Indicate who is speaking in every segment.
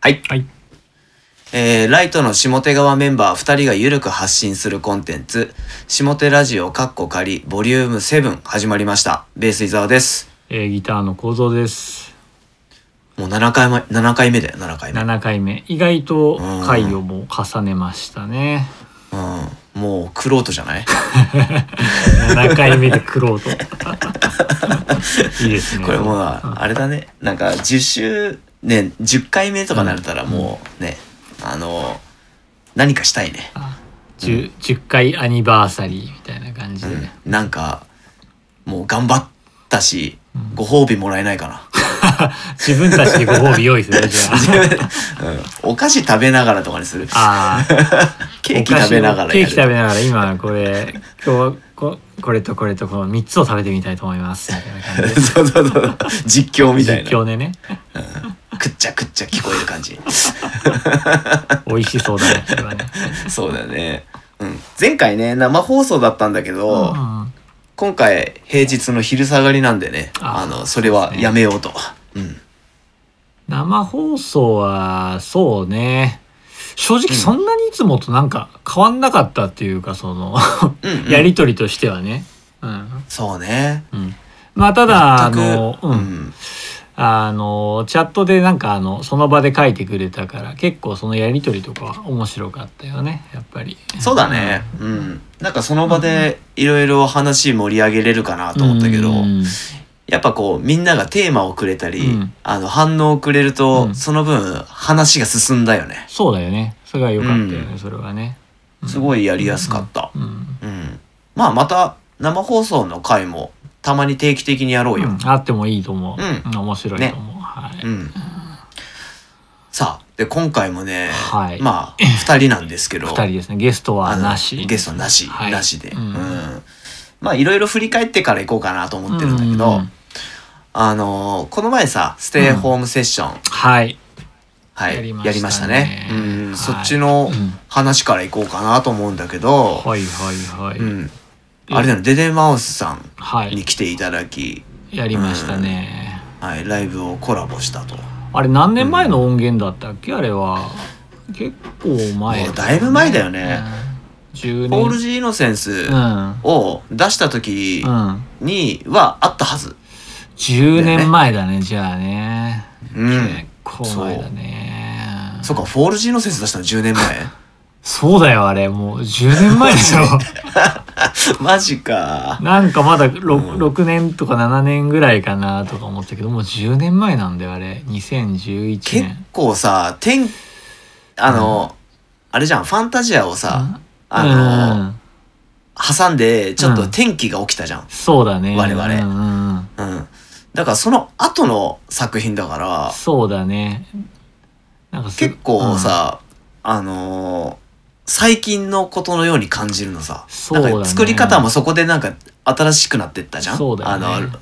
Speaker 1: はい。
Speaker 2: はい。
Speaker 1: えーライトの下手側メンバー2人がゆるく発信するコンテンツ、下手ラジオカッコ仮ボリューム7始まりました。ベース伊沢です。
Speaker 2: えーギターの構造です。
Speaker 1: もう7回目、7回目だよ、7回目。
Speaker 2: 7回目。意外と回をもう重ねましたね。
Speaker 1: うん。もう、クロートじゃない
Speaker 2: 7回目でクロ ート。いいですね。
Speaker 1: これもう、あれだね。なんか、10周年、10回目とかなれたらもうね、あの、何かしたいね。
Speaker 2: 10, 10回アニバーサリーみたいな感じで。
Speaker 1: うん。なんか、もう頑張ったし、ご褒美もらえないかな。
Speaker 2: 自分たちでご褒美用意するじゃ
Speaker 1: うん、お菓子食べながらとかにする。
Speaker 2: あ。ああ。
Speaker 1: ケーキ食べながら
Speaker 2: ケ
Speaker 1: や
Speaker 2: ー
Speaker 1: る。
Speaker 2: キ食べながら今これ今日ここれとこれとこの3つを食べてみたいと思いますみたいな感じで
Speaker 1: そうそうそう。実況みたいな。
Speaker 2: 実況でね
Speaker 1: くっちゃくっちゃ聞こえる感じ。
Speaker 2: 美味しそうだねそれはね
Speaker 1: そうだね。うん。前回ね、生放送だったんだけど、
Speaker 2: うんうん
Speaker 1: 今回平日の昼下がりなんでね、あ
Speaker 2: あ
Speaker 1: の、それはやめようと。うん。
Speaker 2: 生放送はそうね正直そんなにいつもとなんか変わんなかったっていうかその
Speaker 1: うん、うん
Speaker 2: やりとりとしてはねうん、
Speaker 1: そうね。
Speaker 2: うん、まあただあ
Speaker 1: 全く
Speaker 2: の
Speaker 1: う
Speaker 2: うん
Speaker 1: ん。
Speaker 2: あのチャットでなんかあのその場で書いてくれたから結構そのやりとりとかは面白かったよねやっぱり
Speaker 1: そうだね。うん。なんかその場でいろいろ話盛り上げれるかなと思ったけど、
Speaker 2: うん
Speaker 1: やっぱこうみんながテーマをくれたり、
Speaker 2: うん
Speaker 1: あの反応をくれると、
Speaker 2: うん
Speaker 1: その分話が進んだよね、
Speaker 2: そうだよねそれが良かったよね、
Speaker 1: うん
Speaker 2: それはね
Speaker 1: すご
Speaker 2: い、
Speaker 1: いやりやすかった、
Speaker 2: うん
Speaker 1: うんまあまた生放送の回もたまに定期的にやろうよ、
Speaker 2: うんあってもいいと思う、
Speaker 1: うん
Speaker 2: うん面白いと思う、はい、
Speaker 1: うんさあで今回もね、
Speaker 2: はい
Speaker 1: まあ2人なんですけど
Speaker 2: 二人ですねゲストは
Speaker 1: あの
Speaker 2: なし
Speaker 1: ゲストなし、
Speaker 2: はい
Speaker 1: なしで、
Speaker 2: うん
Speaker 1: まあいろいろ振り返ってからいこうかなと思ってるんだけど、
Speaker 2: ううん
Speaker 1: あのーこの前さステイホームセッション、
Speaker 2: はい
Speaker 1: はい、や
Speaker 2: や
Speaker 1: り
Speaker 2: り
Speaker 1: ま
Speaker 2: ましたね
Speaker 1: したね。うん、
Speaker 2: はい
Speaker 1: そっちの
Speaker 2: うん
Speaker 1: 話からいこうかなと思うんだけど、
Speaker 2: はいはいはい、
Speaker 1: うん、あれだよ、デデマウスさん
Speaker 2: は
Speaker 1: に
Speaker 2: い
Speaker 1: 来ていただき、
Speaker 2: やりましたね、
Speaker 1: はい、ライブをコラボしたと。
Speaker 2: あれ何年前の音源だったっけあれは結構前
Speaker 1: もうだいぶ前だよね、
Speaker 2: うん、10年
Speaker 1: ポール・ジ・イノセンス
Speaker 2: うん、
Speaker 1: を出した時
Speaker 2: うん、
Speaker 1: にはあったはず。
Speaker 2: 10年前だねじゃあね、
Speaker 1: うん。
Speaker 2: 結構前だね
Speaker 1: そっか、フォール・ジ・イノセンス出したの10年 前
Speaker 2: そうだよあれもう10年前でし ょ
Speaker 1: マジか。
Speaker 2: なんかまだ 6,
Speaker 1: うん
Speaker 2: 6年とか7年ぐらいかなとか思ったけどもう10年前なんだよあれ2011
Speaker 1: 結
Speaker 2: 年
Speaker 1: 構さ、天、あの、あれじゃん、ファンタジアをさ、
Speaker 2: うん
Speaker 1: あの、
Speaker 2: うん、
Speaker 1: 挟んで、ちょっと
Speaker 2: うん
Speaker 1: 天気が起きたじゃん。
Speaker 2: そうだね
Speaker 1: 我々
Speaker 2: うんうん、
Speaker 1: うん。だからその後の作品だから、
Speaker 2: そうだねなんかす
Speaker 1: 結構、さ、あのー最近のことのように感じるのさ。
Speaker 2: そうだね
Speaker 1: なんか作り方もそこでなんか新しくなってったじゃん。
Speaker 2: そうだよね
Speaker 1: あの、
Speaker 2: うん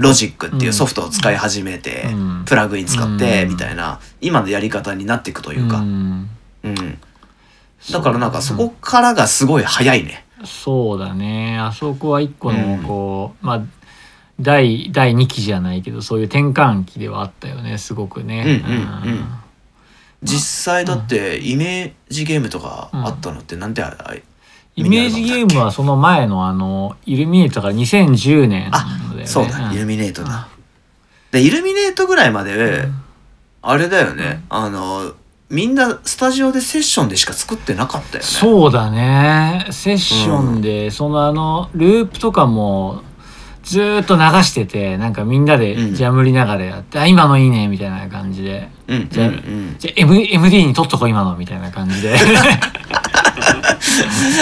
Speaker 1: ロジックっていううんソフトを使い始めて、
Speaker 2: うん
Speaker 1: プラグイン使って、
Speaker 2: うん
Speaker 1: みたいな、今のやり方になっていくと
Speaker 2: と
Speaker 1: いうか。うん。だからなんかそこからがすごい早いね。
Speaker 2: そうだねあそこは一個
Speaker 1: う
Speaker 2: の
Speaker 1: ん
Speaker 2: こう、まあ第第2期じゃないけどそういう転換期ではあったよねすごくね。
Speaker 1: うんうんうん実際だってイメージゲームとかあったのってなんであれ、
Speaker 2: イメージゲームはその前のあのイルミネートから2010年なのだよね。
Speaker 1: そうだ、
Speaker 2: ん
Speaker 1: イルミネートだ。で、イルミネートぐらいまで、あれだよね、あの、みんなスタジオでセッションでしか作ってなかったよね。う。
Speaker 2: そうだねセッションで、そのあのループとかもずーっと流しててなんかみんな
Speaker 1: うん
Speaker 2: でジャムりながらやって「あ今のいいね」みたいな感じで
Speaker 1: うん、うん、うん
Speaker 2: 「。じゃあ、M、MD に撮っとこう今の」みたいな感 じで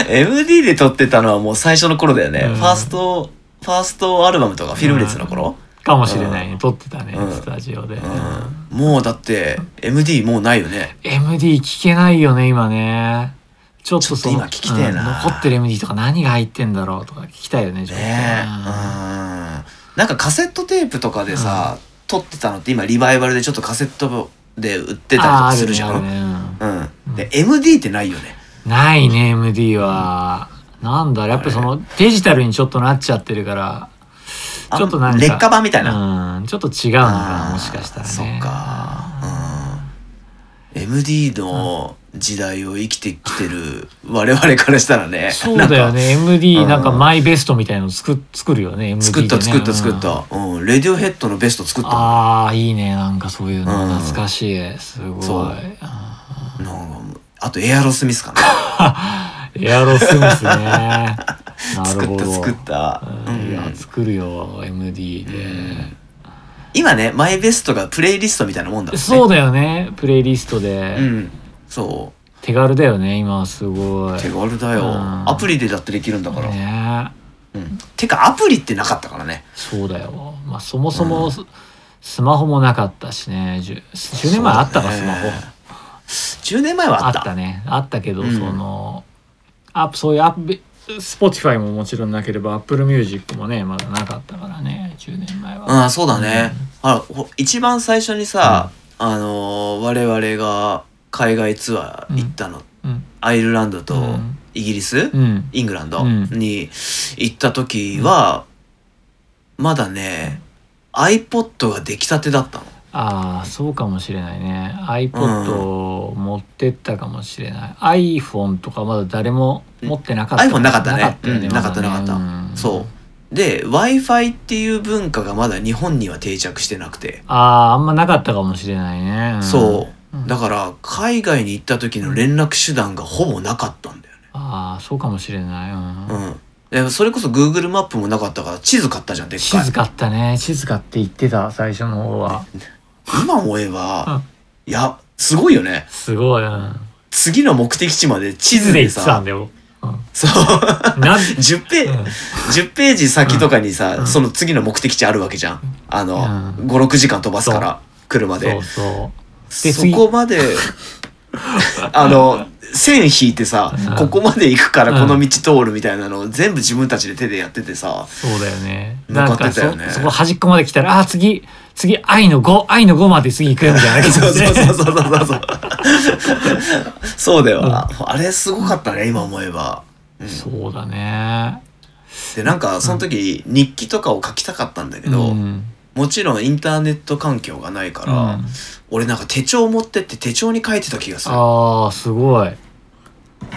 Speaker 1: MD で撮ってたのはもう最初の頃だよね。
Speaker 2: うん
Speaker 1: ファースト、ファーストアルバムとかフィルムレスの頃、
Speaker 2: かもしれないね撮ってたね、
Speaker 1: うん
Speaker 2: スタジオで、
Speaker 1: うんもうだって MD もうないよね。
Speaker 2: MD 聞けないよね今ねちょっとその
Speaker 1: ちょっと今聞きてえな
Speaker 2: うん残ってる MD とか何が入ってんだろうとか聞きたいよねちょっ
Speaker 1: ね
Speaker 2: と
Speaker 1: え。うん。なんかカセットテープとかでさ、撮ってたのって今リバイバルでちょっとカセットで売ってたりと
Speaker 2: ああ
Speaker 1: か
Speaker 2: あ
Speaker 1: す
Speaker 2: る
Speaker 1: る
Speaker 2: ね
Speaker 1: じゃ
Speaker 2: ある
Speaker 1: ん。
Speaker 2: ね、
Speaker 1: うん。で、MD ってないよね。
Speaker 2: うんないね MD は、なんだやっぱそのデジタルにちょっとなっちゃってるから
Speaker 1: あ
Speaker 2: ちょっとなんか
Speaker 1: 劣化版みたいな。
Speaker 2: うんちょっと違うのか
Speaker 1: あ
Speaker 2: な
Speaker 1: ー
Speaker 2: もしかしたらね
Speaker 1: そっか。 MD の時代を生きてきてる我々からしたらね
Speaker 2: そうだよ
Speaker 1: なんか
Speaker 2: ね MD なんかマイベストみたいの作っ作るよね MD でね
Speaker 1: 作った作った作っ
Speaker 2: うん
Speaker 1: た、うん、レディオヘッドのベスト作ったもん
Speaker 2: ああいいねなんかそういうの
Speaker 1: うん
Speaker 2: 懐かしいすごい
Speaker 1: そう
Speaker 2: あ
Speaker 1: なんかもうあとエアロスミスかな
Speaker 2: ーエアロスミスねなる
Speaker 1: 作っ
Speaker 2: ほ
Speaker 1: た
Speaker 2: ど
Speaker 1: 作った、う
Speaker 2: うんいや
Speaker 1: ん、
Speaker 2: 作るよ MD で、
Speaker 1: 今ねマイベストがプレイリストみたいなもんだもんね
Speaker 2: そうだよねプレイリストで、
Speaker 1: うんそ
Speaker 2: 手軽だよね今はすごいう
Speaker 1: 手軽だよ、
Speaker 2: うん
Speaker 1: アプリでだってできるんだから、
Speaker 2: ね
Speaker 1: うん、てかアプリってなかったからね
Speaker 2: そうだよまあそもそもス,、マホもなかったしね 10, 10年前あったか、
Speaker 1: そうだ
Speaker 2: スマ
Speaker 1: ね
Speaker 2: ホ
Speaker 1: 10年前はあ
Speaker 2: あっ
Speaker 1: った
Speaker 2: たねあったけど、
Speaker 1: うん
Speaker 2: そのアップそういうアップ Spotify ももちろんなければ Apple Music もねまだなかったからね10年前は、
Speaker 1: うんそうだね、あほ一番最初にさ、あのー我々が海外ツアー行ったの、
Speaker 2: うん
Speaker 1: アイルランドと
Speaker 2: うん
Speaker 1: イギリス、
Speaker 2: うん
Speaker 1: イングランド
Speaker 2: うん
Speaker 1: に行った時は、まだね iPod が出来たてだったの
Speaker 2: ああそうかもしれないね iPod を持ってったかもしれない、iPhone とかまだ誰も持ってなかった
Speaker 1: iPhone なかったね
Speaker 2: よ
Speaker 1: うんなかったなかった
Speaker 2: うん
Speaker 1: そうで w i f i っていう文化がまだ日本には定着してなくて、
Speaker 2: あああんまなかったかもしれないね、ん
Speaker 1: そう、
Speaker 2: うん
Speaker 1: だから海外に行った時の連絡手段がほぼなかったんだよね
Speaker 2: ああそうかもしれない、うん
Speaker 1: うんでそれこそ Google マップもなかったから地図買ったじゃんでっかい
Speaker 2: 静かったね静かって言ってた最初の方は
Speaker 1: 今思えば、いやすごいよね
Speaker 2: すごい、うん、
Speaker 1: 次の目的地まで地
Speaker 2: 地図
Speaker 1: 図
Speaker 2: で
Speaker 1: で
Speaker 2: 言ってた
Speaker 1: さ
Speaker 2: んだよ、うん、
Speaker 1: そう
Speaker 2: な
Speaker 1: 10ページ、
Speaker 2: うん
Speaker 1: 10ページ先とかにさ、
Speaker 2: うん
Speaker 1: その次の目的地あるわけじゃん。あの、
Speaker 2: う
Speaker 1: 5、6時間飛ばすから、車
Speaker 2: そ
Speaker 1: で
Speaker 2: う。そ
Speaker 1: そ
Speaker 2: で次
Speaker 1: こま で、あの、線引いてさ、
Speaker 2: う
Speaker 1: こ
Speaker 2: ん
Speaker 1: こまで行くから
Speaker 2: うん
Speaker 1: この道通るみたいなのを全部自分たちで手でやっててさ
Speaker 2: う、そうだよね
Speaker 1: 向
Speaker 2: な
Speaker 1: か
Speaker 2: ん
Speaker 1: っ
Speaker 2: か
Speaker 1: てたよね
Speaker 2: そそこ端っこまで来たらあー次次愛の5愛の5まで次行くよみたいな
Speaker 1: そ
Speaker 2: 感
Speaker 1: う
Speaker 2: じ
Speaker 1: そ
Speaker 2: で
Speaker 1: うそうそうそうそう。そうだよ、あれすごかったね、今思えば。うん
Speaker 2: そうだね
Speaker 1: で、なんかその時日記とかを書きたかったんだけど、
Speaker 2: うん
Speaker 1: もちろんインターネット環境がないから、
Speaker 2: うん
Speaker 1: 俺なんか手帳持ってって手帳に書いてた気がする。
Speaker 2: ああすごい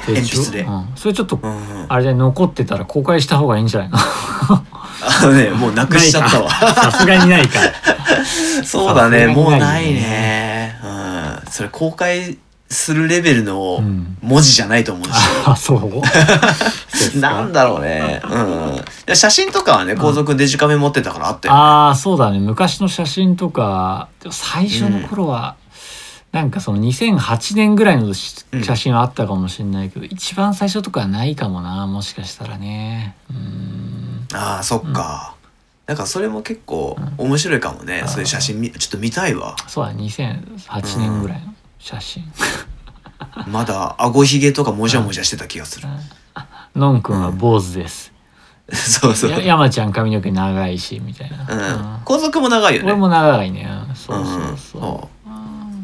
Speaker 2: 手帳
Speaker 1: 鉛筆で
Speaker 2: うん、それちょっと
Speaker 1: うんうん、
Speaker 2: あれで残ってたら公開した方がいいんじゃな いの
Speaker 1: あのねもうなくしちゃったわ
Speaker 2: さすがにないか
Speaker 1: そうだね
Speaker 2: さすがにないね
Speaker 1: もうないね、うん、それ公開するレベルの
Speaker 2: うん
Speaker 1: 文字じゃないと思うし、
Speaker 2: あそうそうっすか
Speaker 1: なんだろうね、うんで、写真とかはね後続デジカメ持ってたからあったよ、
Speaker 2: ああそうだね昔の写真とかでも最初の頃は、なんかその2008年ぐらいのし
Speaker 1: うん
Speaker 2: 写真はあったかもしれないけど、一番最初とかはないかもなもしかしたらねうん
Speaker 1: ああそっか、なんかそれも結構面白いかもね、そういう写真みちょっと見たいわ
Speaker 2: そうだね2008年ぐらいの写真、
Speaker 1: まだ顎ひげとかもじゃもじゃしてた気がする、
Speaker 2: のんくんは坊主です、
Speaker 1: そうそう、う
Speaker 2: や
Speaker 1: ん、
Speaker 2: 山ちゃん髪の毛長いしみたいな、
Speaker 1: 後続も長いよ
Speaker 2: うん俺
Speaker 1: ね
Speaker 2: も長いねうんそうそうそう、
Speaker 1: そ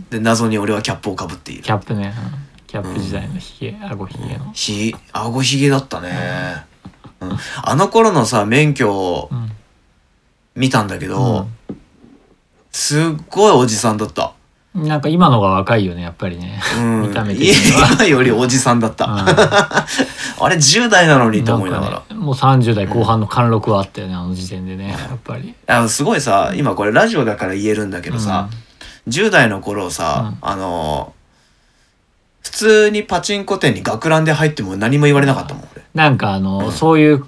Speaker 1: うで謎に俺はキャップをかぶっている
Speaker 2: キャップね、うんキャップ時代のひげ、あごひげの、
Speaker 1: ひ顎ひげだったね、うん、あの頃のさ免許を
Speaker 2: うん
Speaker 1: 見たんだけど、すっごいおじさんだった、
Speaker 2: なんか今のが若いよねやっぱりね、
Speaker 1: うん、
Speaker 2: 見た目的には
Speaker 1: 今よりおじさんだった、
Speaker 2: うん
Speaker 1: あれ10代なのにと思いながら
Speaker 2: んかね、もう30代後半の貫禄はあったよね、あの時点でねやっぱり
Speaker 1: あのすごいさ今これラジオだから言えるんだけどさ、10代の頃さ、あの普通にパチンコ店に学ランで入っても何も言われなかったもん俺
Speaker 2: なんかあの、そういう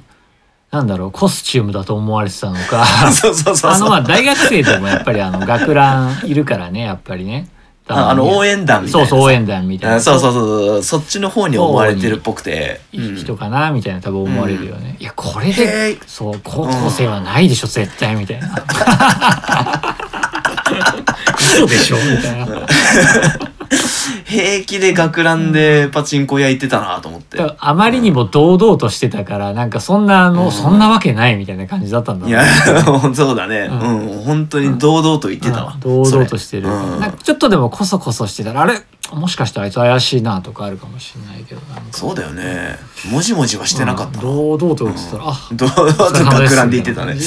Speaker 2: なんだろうコスチュームだと思われてたの か
Speaker 1: そうそうそう
Speaker 2: あの
Speaker 1: そう
Speaker 2: まあ大学生でもやっぱりあの学ランいるからねやっぱりね
Speaker 1: ああの応
Speaker 2: 援
Speaker 1: 援団みたいな
Speaker 2: そうそう応援団みたい
Speaker 1: あ
Speaker 2: な
Speaker 1: そうそうそうそうそっちの方に思われてるっぽくて、うん
Speaker 2: 人かなみたいな多分思われるよね、いやこれ
Speaker 1: へ
Speaker 2: で
Speaker 1: い
Speaker 2: そう高校生はないでしょ、絶対みたいな嘘でしょみたいな
Speaker 1: 平気で学ランでパチンコ屋行ってたなと思って、
Speaker 2: だから あまりにも堂々としてたからなんかそんなあの、
Speaker 1: うん
Speaker 2: そんなわけないみたいな感じだったんだろう
Speaker 1: い
Speaker 2: ね
Speaker 1: や そうだね、
Speaker 2: う
Speaker 1: うん本当に堂々と言ってたわ、
Speaker 2: うん堂々としてる、
Speaker 1: それうん
Speaker 2: なんかちょっとでもこそこそしてたらあれもしかしたらあいつ怪しいなとかあるかもしれないけどなんか
Speaker 1: そうだよねもじもじはしてなかったな、
Speaker 2: うん堂々と映ってたら、あ
Speaker 1: 堂々と学ランで行ってたね
Speaker 2: ねね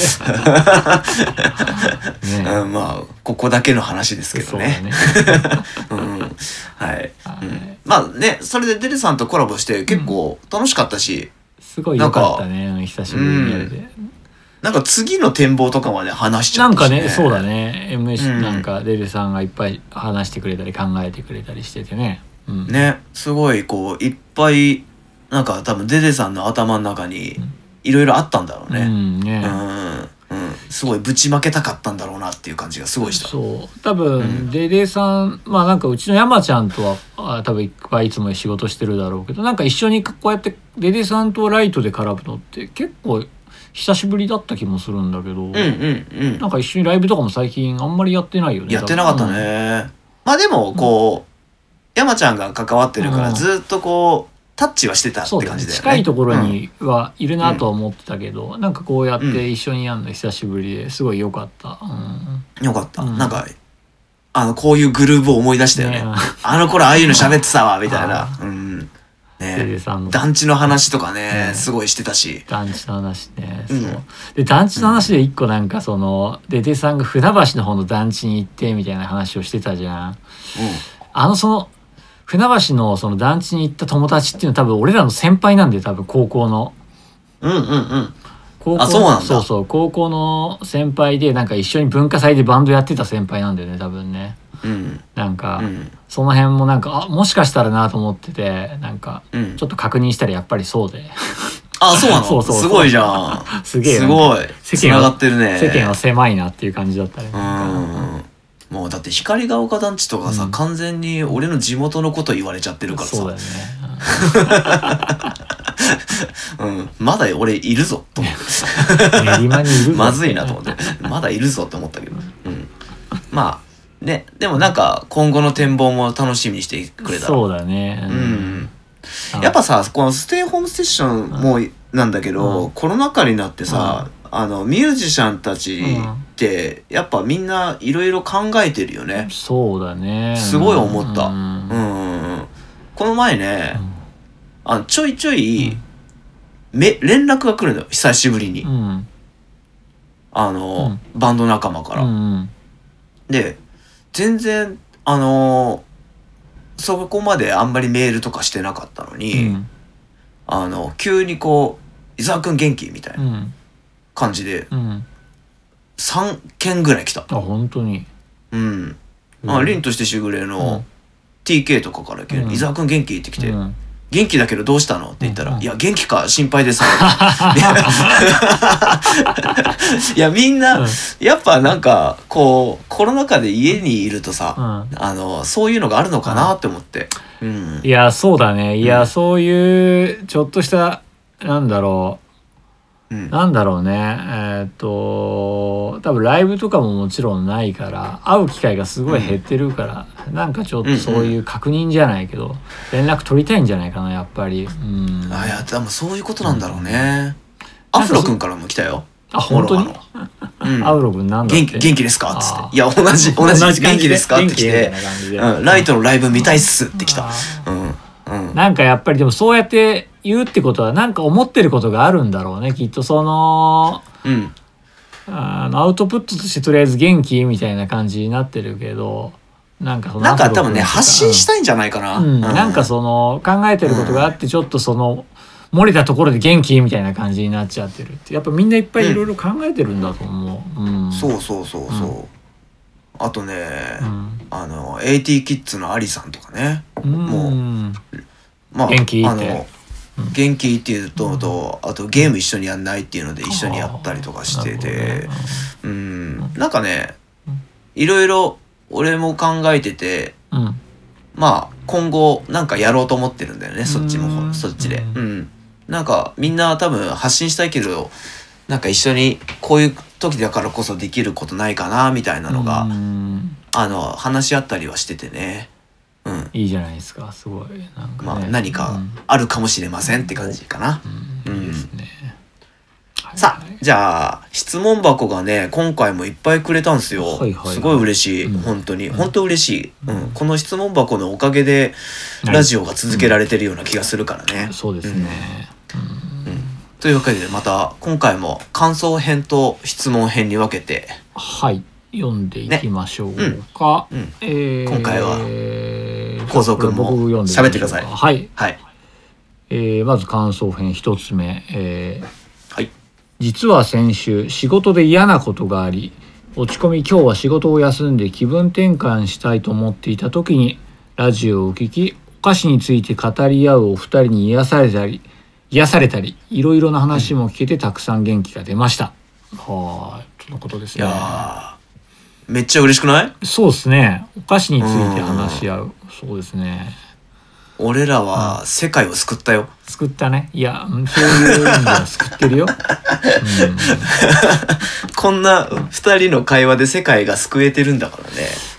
Speaker 1: うん、まあここだけの話ですけど
Speaker 2: そう
Speaker 1: ね
Speaker 2: だね
Speaker 1: うん、はい、
Speaker 2: は
Speaker 1: う
Speaker 2: い
Speaker 1: ん、まあねそれでデルさんとコラボして結構楽しかったし、
Speaker 2: すごい良かったねうん久しぶりにやれて、
Speaker 1: なんか次の展望とかまで話しちゃ
Speaker 2: な
Speaker 1: っ
Speaker 2: ん
Speaker 1: た
Speaker 2: か
Speaker 1: し、
Speaker 2: ねそうだね MC
Speaker 1: うん
Speaker 2: なんかデルさんがいっぱい話してくれたり考えてくれたりしててね、うん、
Speaker 1: ねすごいこういっぱいなんか多分デデさんの頭の中に
Speaker 2: ん
Speaker 1: いろいろあったんだろう
Speaker 2: う
Speaker 1: ね。
Speaker 2: ん
Speaker 1: う
Speaker 2: ね、
Speaker 1: ん、うん、すごいぶちまけたかったんだろうなっていう感じがすごいした。
Speaker 2: そう多
Speaker 1: う
Speaker 2: 分
Speaker 1: ん
Speaker 2: デデさんまあなんかうちの山ちゃんとはあ多分いっぱいいつも仕事してるだろうけどなんか一緒にこうやってデデさんとライトで絡むのって結構久しぶりだった気もするんだけど、
Speaker 1: うんうん
Speaker 2: なんか一緒にライブとかも最近あんまりやってないよ
Speaker 1: うん。
Speaker 2: ね
Speaker 1: やってなかったね。まあでもこう、山ちゃんが関わってるから
Speaker 2: うん
Speaker 1: ずっとこうタッチはしてたっ
Speaker 2: そう
Speaker 1: て
Speaker 2: だよ
Speaker 1: 感
Speaker 2: ね
Speaker 1: じだよね。
Speaker 2: 近いところにはいるなとは思ってたけど、なんかこうやっ
Speaker 1: う
Speaker 2: て一緒にやるの久しぶりですごい良かった、うん、
Speaker 1: うん。よかった。
Speaker 2: うん
Speaker 1: なんかあのこういうグルーヴを思い出したよね。あの頃ああいうの喋ってたわみたいな。うん。
Speaker 2: えデ
Speaker 1: ね。
Speaker 2: デさんの
Speaker 1: 団地の話とかね、
Speaker 2: うん
Speaker 1: すごいしてたし。
Speaker 2: 団地の話ね、
Speaker 1: うん
Speaker 2: そうで団地の話で一個なんかその、デデさんが船橋の方の団地に行ってみたいな話をしてたじゃ
Speaker 1: う
Speaker 2: ん
Speaker 1: ん。
Speaker 2: あのその船橋のその団地に行った友達っていうのは多分俺らの先輩なんで多分高校の
Speaker 1: うんうんうん。
Speaker 2: 高校
Speaker 1: あそうなんだ
Speaker 2: そうそう高校の先輩でなんか一緒に文化祭でバンドやってた先輩なんだよね多分ね
Speaker 1: うん
Speaker 2: なんか、
Speaker 1: うん
Speaker 2: その辺もなんかあもしかしたらなと思っててなんか
Speaker 1: うん
Speaker 2: ち。ょっと確認したらやっぱりそうで
Speaker 1: あ、そうなの
Speaker 2: そうそうそう
Speaker 1: すごいじゃん。
Speaker 2: すげえ
Speaker 1: す
Speaker 2: なんか
Speaker 1: ごい。
Speaker 2: 世
Speaker 1: つ
Speaker 2: 間
Speaker 1: な
Speaker 2: は
Speaker 1: がってるね。
Speaker 2: 世間は狭いなっていう感じだったねなんか
Speaker 1: うん。もうだって光が丘団地とかさ、
Speaker 2: うん
Speaker 1: 完全に俺の地元のこと言われちゃってるから
Speaker 2: そうだ
Speaker 1: さ
Speaker 2: よね、
Speaker 1: うん、まだ俺いる ぞと思って
Speaker 2: うん 練馬にいるぞ
Speaker 1: まずいなと思ってまだいるぞと思ったけど、うん、まあねでもなんか今後の展望も楽しみにしてくれたら
Speaker 2: そうだねう
Speaker 1: うん、やっぱさこのステイホームセッションもなんだけど、
Speaker 2: うん
Speaker 1: コロナ禍になってさ、あのミュージシャンたちってやっぱみんないろいろ考えてるよね。
Speaker 2: そうだね
Speaker 1: すごい思った
Speaker 2: うん
Speaker 1: うんうんうんこの前ねあのちょいちょいめ連絡が来るのよ久しぶりに、
Speaker 2: うん
Speaker 1: あの、バンド仲間から。
Speaker 2: うん
Speaker 1: で全然あのそこまであんまりメールとかしてなかったの
Speaker 2: う
Speaker 1: に、
Speaker 2: ん
Speaker 1: あの急にこう「伊沢くん元気?」みたいな
Speaker 2: うん
Speaker 1: 感じで
Speaker 2: うん
Speaker 1: 3件ぐらい来た。
Speaker 2: あ本当に
Speaker 1: うん。あ、凛としてしぐれ
Speaker 2: う
Speaker 1: の
Speaker 2: ん
Speaker 1: TK とかから急
Speaker 2: うん
Speaker 1: に、伊沢くん元気って来て、
Speaker 2: うん
Speaker 1: 元気だけどどうしたのって言ったら、
Speaker 2: うん
Speaker 1: いや、元気か、心配でさ。 いや、みんな、
Speaker 2: うん
Speaker 1: やっぱなんか、こう、コロナ禍で家にいるとさ、
Speaker 2: うん
Speaker 1: あの、そういうのがあるのかなって思って。うん
Speaker 2: い。やそうだねいうや
Speaker 1: ん
Speaker 2: そういうちょっとしたなんだろ
Speaker 1: うん
Speaker 2: う。なんだろうねえーっと多分ライブとかももちろんないから会う機会がすごい減ってるから、なんかちょっとそういう確認じゃないけど、連絡取りたいんじゃないかなやっぱりうん
Speaker 1: あ、いや、でもそういうことなんだろうね。アフロ君からも来たよ。
Speaker 2: あ本当に
Speaker 1: うん
Speaker 2: アウロ君なんだっ
Speaker 1: 元
Speaker 2: て
Speaker 1: 気元気ですか
Speaker 2: あー
Speaker 1: つって。いや、同じ、同じ、
Speaker 2: 同じ感
Speaker 1: 元
Speaker 2: じ
Speaker 1: 気ですかって来て、うん、ライトのライブ見たいっすって来た。うん。うん。
Speaker 2: なんかやっぱりでもそうやって言うってことはなんか思ってることがあるんだろうねきっとその
Speaker 1: うん。
Speaker 2: あのアウトプットとしてとりあえず元気みたいな感じになってるけどなんかその
Speaker 1: なんか多分ね、
Speaker 2: アフロ君とか
Speaker 1: 発信したいんじゃないかな。
Speaker 2: うん、うんなんかその考えてることがあってちょっとその漏れたところで元気みたいな感じになっちゃってるってやっぱみんないっぱいいろいろ考えてるんだと思う、うん
Speaker 1: そうそうそうそう。あとね、
Speaker 2: うん
Speaker 1: あの、AT キッズのアリさんとかね。もう
Speaker 2: うん
Speaker 1: まあ、
Speaker 2: 元気いいって
Speaker 1: あの
Speaker 2: うん、
Speaker 1: 元気いいっていうとと、あとゲーム一緒にやんないっていうので一緒にやったりとかして
Speaker 2: なる
Speaker 1: て、
Speaker 2: ほどね
Speaker 1: うん。なんかね
Speaker 2: うん、
Speaker 1: いろいろ俺も考えてて、
Speaker 2: うん
Speaker 1: まあ今後なんかやろうと思ってるんだよねそっち
Speaker 2: う
Speaker 1: も
Speaker 2: ん
Speaker 1: そっちで
Speaker 2: う
Speaker 1: うんん、なんかみんな多分発信したいけどなんか一緒にこういう時だからこそできることないかなみたいなのが、
Speaker 2: うん
Speaker 1: あの話し合ったりはしててねうん
Speaker 2: いいじゃないですかすごいなんか、ね
Speaker 1: まあ何かあるかもしれませんって感じかな、
Speaker 2: うんうんいいですね、はい
Speaker 1: さあじゃあ質問箱がね今回もいっぱいくれたんですよ、
Speaker 2: はいはいはい
Speaker 1: すごい嬉しい、
Speaker 2: うん
Speaker 1: 本当に
Speaker 2: うん
Speaker 1: 本当嬉しい、
Speaker 2: うん
Speaker 1: うん、この質問箱のおかげでラジオが続けられてるような気がするからね、
Speaker 2: そうですね、うん
Speaker 1: というわけでまた今回も感想編と質問編に分けて
Speaker 2: はい読んでいきましょうか、
Speaker 1: ねうん
Speaker 2: えー
Speaker 1: 今回は構造君も
Speaker 2: 僕読んでみましょう
Speaker 1: 喋ってください。
Speaker 2: はい、
Speaker 1: はい。
Speaker 2: えーまず感想編一つ目、えー
Speaker 1: はい。
Speaker 2: 実は先週仕事で嫌なことがあり落ち込み今日は仕事を休んで気分転換したいと思っていた時にラジオを聞きお菓子について語り合うお二人に癒されたり癒されたりいろいろな話も聞けてたくさん元気が出ました。はいとのことです
Speaker 1: い
Speaker 2: ね。
Speaker 1: やーめっちゃ嬉しくない
Speaker 2: そうですねお菓子について話し合うそうですね
Speaker 1: 俺らは世界を救ったよ。
Speaker 2: 救ったねいやうんそういう意味では救ってるよ。うん
Speaker 1: こんな二人の会話で世界が救えてるんだからね。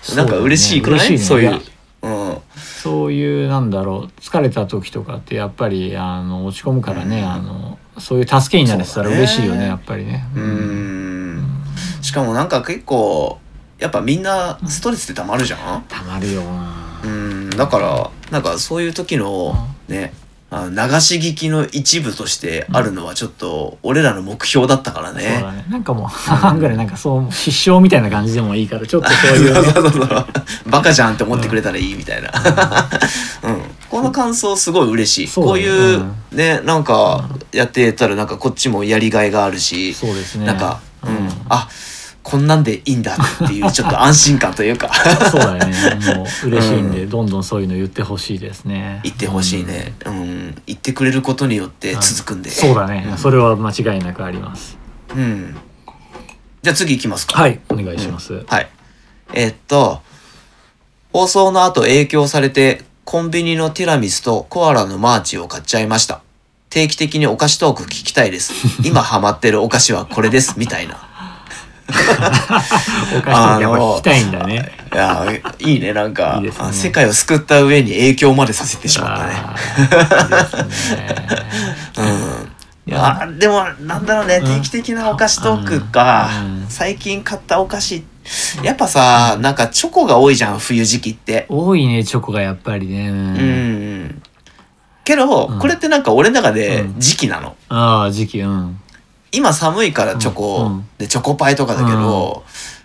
Speaker 2: そうだ
Speaker 1: なん
Speaker 2: ね
Speaker 1: か嬉しいくない、
Speaker 2: 嬉しいね
Speaker 1: そう
Speaker 2: い
Speaker 1: い
Speaker 2: や
Speaker 1: う。うん。
Speaker 2: そういうなんだろう疲れた時とかってやっぱりあの落ち込むからね、
Speaker 1: うん
Speaker 2: あのそういう助けになれてたら
Speaker 1: そうだね
Speaker 2: 嬉しいよねやっぱりね。
Speaker 1: うーんしかもなんか結構やっぱみんなストレスってたまるじゃん
Speaker 2: たまるよな
Speaker 1: う。んだからなんかそういう時のねあの流し聞きの一部としてあるのはちょっと俺らの目標だったから
Speaker 2: そう
Speaker 1: ね。
Speaker 2: だね、なんかもう半ぐらいなんかそう失笑みたいな感じでもいいからちょっとそう
Speaker 1: そう
Speaker 2: いうね、
Speaker 1: そうそうそう バカじゃんって思ってくれたらいいみたいな、うん、この感想すごい嬉しい
Speaker 2: そう
Speaker 1: こう
Speaker 2: だね
Speaker 1: いうねなんかやってたらなんかこっちもやりがいがあるし
Speaker 2: そうですね
Speaker 1: なんか、うん
Speaker 2: うん
Speaker 1: あこんなんでいいんだっていうちょっと安心感というか
Speaker 2: そうだよねもう嬉しいんで、どんどんそういうの言ってほしいですね
Speaker 1: 言ってほしいね、うん言ってくれることによって
Speaker 2: うん
Speaker 1: 続くんで、
Speaker 2: そうだね、
Speaker 1: うん
Speaker 2: それは間違いなくあります
Speaker 1: うん、じゃあ次いきますか
Speaker 2: はいお願いします、
Speaker 1: はい。えっと、放送の後影響されて、コンビニのティラミスとコアラのマーチを買っちゃいました。定期的にお菓子トーク聞きたい です。今ハマってるお菓子はこれです。みたいな。
Speaker 2: お菓子やっぱ聞きたいんだね
Speaker 1: いやー、いいね。なんか
Speaker 2: いいですね
Speaker 1: あ世界を救った上に影響までさせてしまったね。
Speaker 2: あーいいですね
Speaker 1: うん。いやーでもなんだろうね
Speaker 2: うん
Speaker 1: 定期的なお菓子トークか、
Speaker 2: うん
Speaker 1: 最近買ったお菓子やっぱさなんかチョコが多いじゃん冬時期って
Speaker 2: 多いねチョコがやっぱりね、うん
Speaker 1: うんけど、
Speaker 2: うん
Speaker 1: これってなんか俺の中で
Speaker 2: うん
Speaker 1: 時期なの。
Speaker 2: ああ時期うん
Speaker 1: 今寒いからチョコ、
Speaker 2: うんうん
Speaker 1: でチョコパイとかだけど、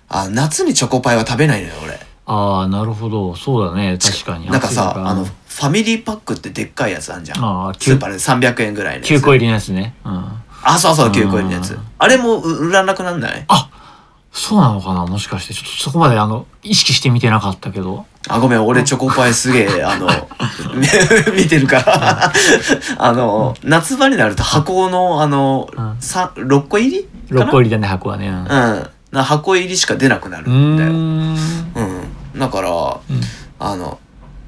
Speaker 1: あ夏にチョコパイは食べないのよ俺。
Speaker 2: ああなるほどそうだね確かに
Speaker 1: なんかさあの
Speaker 2: 暑い
Speaker 1: ファミリーパックってでっかいやつあんじゃん。
Speaker 2: ああ
Speaker 1: スー
Speaker 2: 9,
Speaker 1: パーで300円ぐらいのやつ。
Speaker 2: 9個入りのやつね、うん、
Speaker 1: あそうそう9個入りのや
Speaker 2: う
Speaker 1: つ
Speaker 2: ん。
Speaker 1: あれもう売らなくなんない
Speaker 2: そうなのかなもしかしてちょっとそこまであの意識して見てなかったけど
Speaker 1: あごめん俺チョコパイすげえあの 見てるから あの夏場になると箱のあの、
Speaker 2: うん
Speaker 1: さ6個入りかな
Speaker 2: 6個入りだね箱はねうん
Speaker 1: うん、な箱入りしか出なくなる
Speaker 2: うん
Speaker 1: だ
Speaker 2: ー
Speaker 1: よ。
Speaker 2: ん
Speaker 1: うん、だから
Speaker 2: うん
Speaker 1: あの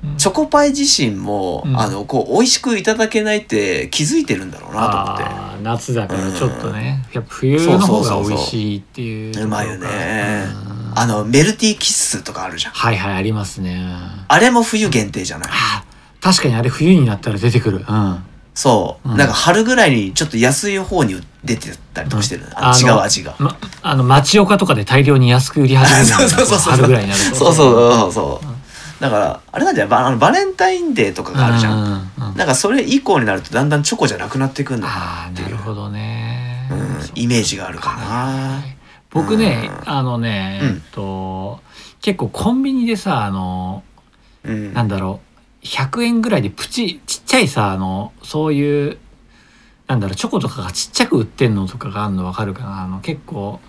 Speaker 2: うん
Speaker 1: チョコパイ自身も、
Speaker 2: うん
Speaker 1: あのこう美味しくいただけないって気づいてるんだろうなと思って
Speaker 2: あー夏だからちょっとね、やっぱ冬の方が美味しいっていう
Speaker 1: そうそうそうそううまいよね
Speaker 2: うん
Speaker 1: あのメルティーキッスとかあるじゃん
Speaker 2: はいはいありますね
Speaker 1: あれも冬限定じゃない
Speaker 2: あ確かにあれ冬になったら出てくるうんあ
Speaker 1: そう、
Speaker 2: うん
Speaker 1: なんか春ぐらいにちょっと安い方に出てたりとかしてる、あ
Speaker 2: あ
Speaker 1: の
Speaker 2: の
Speaker 1: 違う味が、
Speaker 2: ま、あの町岡とかで大量に安く売り始めるんだよね
Speaker 1: そうそうそうそう
Speaker 2: 春ぐらいになると
Speaker 1: そうそうそうそう、
Speaker 2: うん
Speaker 1: だからあれなんじゃないバあのバレンタインデーとかがあるじゃん、
Speaker 2: うんうんうん
Speaker 1: なんかそれ以降になるとだんだんチョコじゃなくなってくんの
Speaker 2: ああなるほどね、
Speaker 1: うんイメージがあるかな
Speaker 2: 僕ね、
Speaker 1: うん
Speaker 2: あのね、
Speaker 1: うん
Speaker 2: えっと結構コンビニでさあの
Speaker 1: うん
Speaker 2: なんだろう100円ぐらいでプチちっちゃいさあのそういうなんだろうチョコとかがちっちゃく売ってんのとかがあるのわかるかなあの結構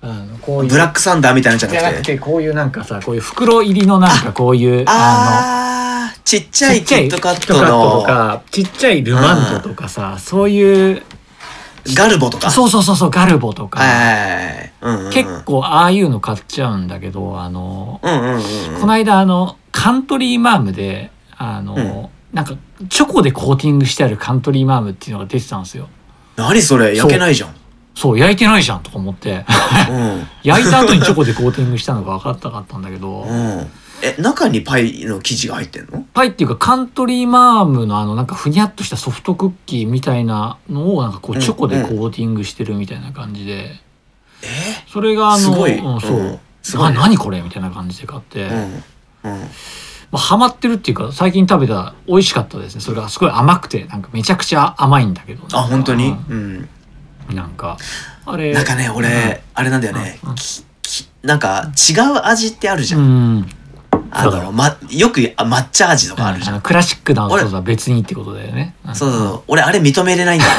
Speaker 2: あのこういう
Speaker 1: ブラックサンダーみたいなのじゃ
Speaker 2: じゃ
Speaker 1: な
Speaker 2: な
Speaker 1: く
Speaker 2: く
Speaker 1: て。
Speaker 2: てこういうなんかさこういう袋入りのなんかこういう
Speaker 1: ああちっちゃいキットカット
Speaker 2: キッ
Speaker 1: の
Speaker 2: とかちっちゃいルマンドとかさ、そういう
Speaker 1: ガルボとか。
Speaker 2: そうそうそうそうガルボとか、
Speaker 1: はいはいはい。うんうんうん、
Speaker 2: 結。構ああいうの買っちゃうんだけどあの、
Speaker 1: うんうんうんうん。
Speaker 2: この間あのカントリーマームであの、なんかチョコでコーティングしてあるカントリーマームっていうのが出てたんですよ
Speaker 1: 何それ焼けないじゃん。
Speaker 2: そう焼いてないじゃんとか思って
Speaker 1: うん。
Speaker 2: 焼いた後にチョコでコーティングしたのが分かったかったんだけど、
Speaker 1: うん。え、中にパイの生地が入ってんの
Speaker 2: パイっていうかカントリーマームのあのなんかふにゃっとしたソフトクッキーみたいなのをなんかこ
Speaker 1: う
Speaker 2: うんチョコでコーティングしてるみたいな感じで、
Speaker 1: え
Speaker 2: それがあの
Speaker 1: すごい。
Speaker 2: うん、そう、
Speaker 1: んすご
Speaker 2: あ
Speaker 1: いね。
Speaker 2: 何これみたいな感じで買って、
Speaker 1: うん。うん。
Speaker 2: まあ、ハマってるっていうか最近食べた美味しかったですねそれがすごい甘くてなんかめちゃくちゃ甘いんだけど
Speaker 1: あ、本当に
Speaker 2: う
Speaker 1: うん。
Speaker 2: んなんかあれ
Speaker 1: なんかね、俺、あれなんだよね
Speaker 2: うん。
Speaker 1: ききなんか違う味ってあるじゃ。
Speaker 2: うんん
Speaker 1: あ
Speaker 2: そうだろ
Speaker 1: の、ま、よくあ抹茶味とかあるじゃん。
Speaker 2: のクラシックダンスとは別にってことだよね。うん
Speaker 1: そうそうそう。俺、あれ認めれないんだよ。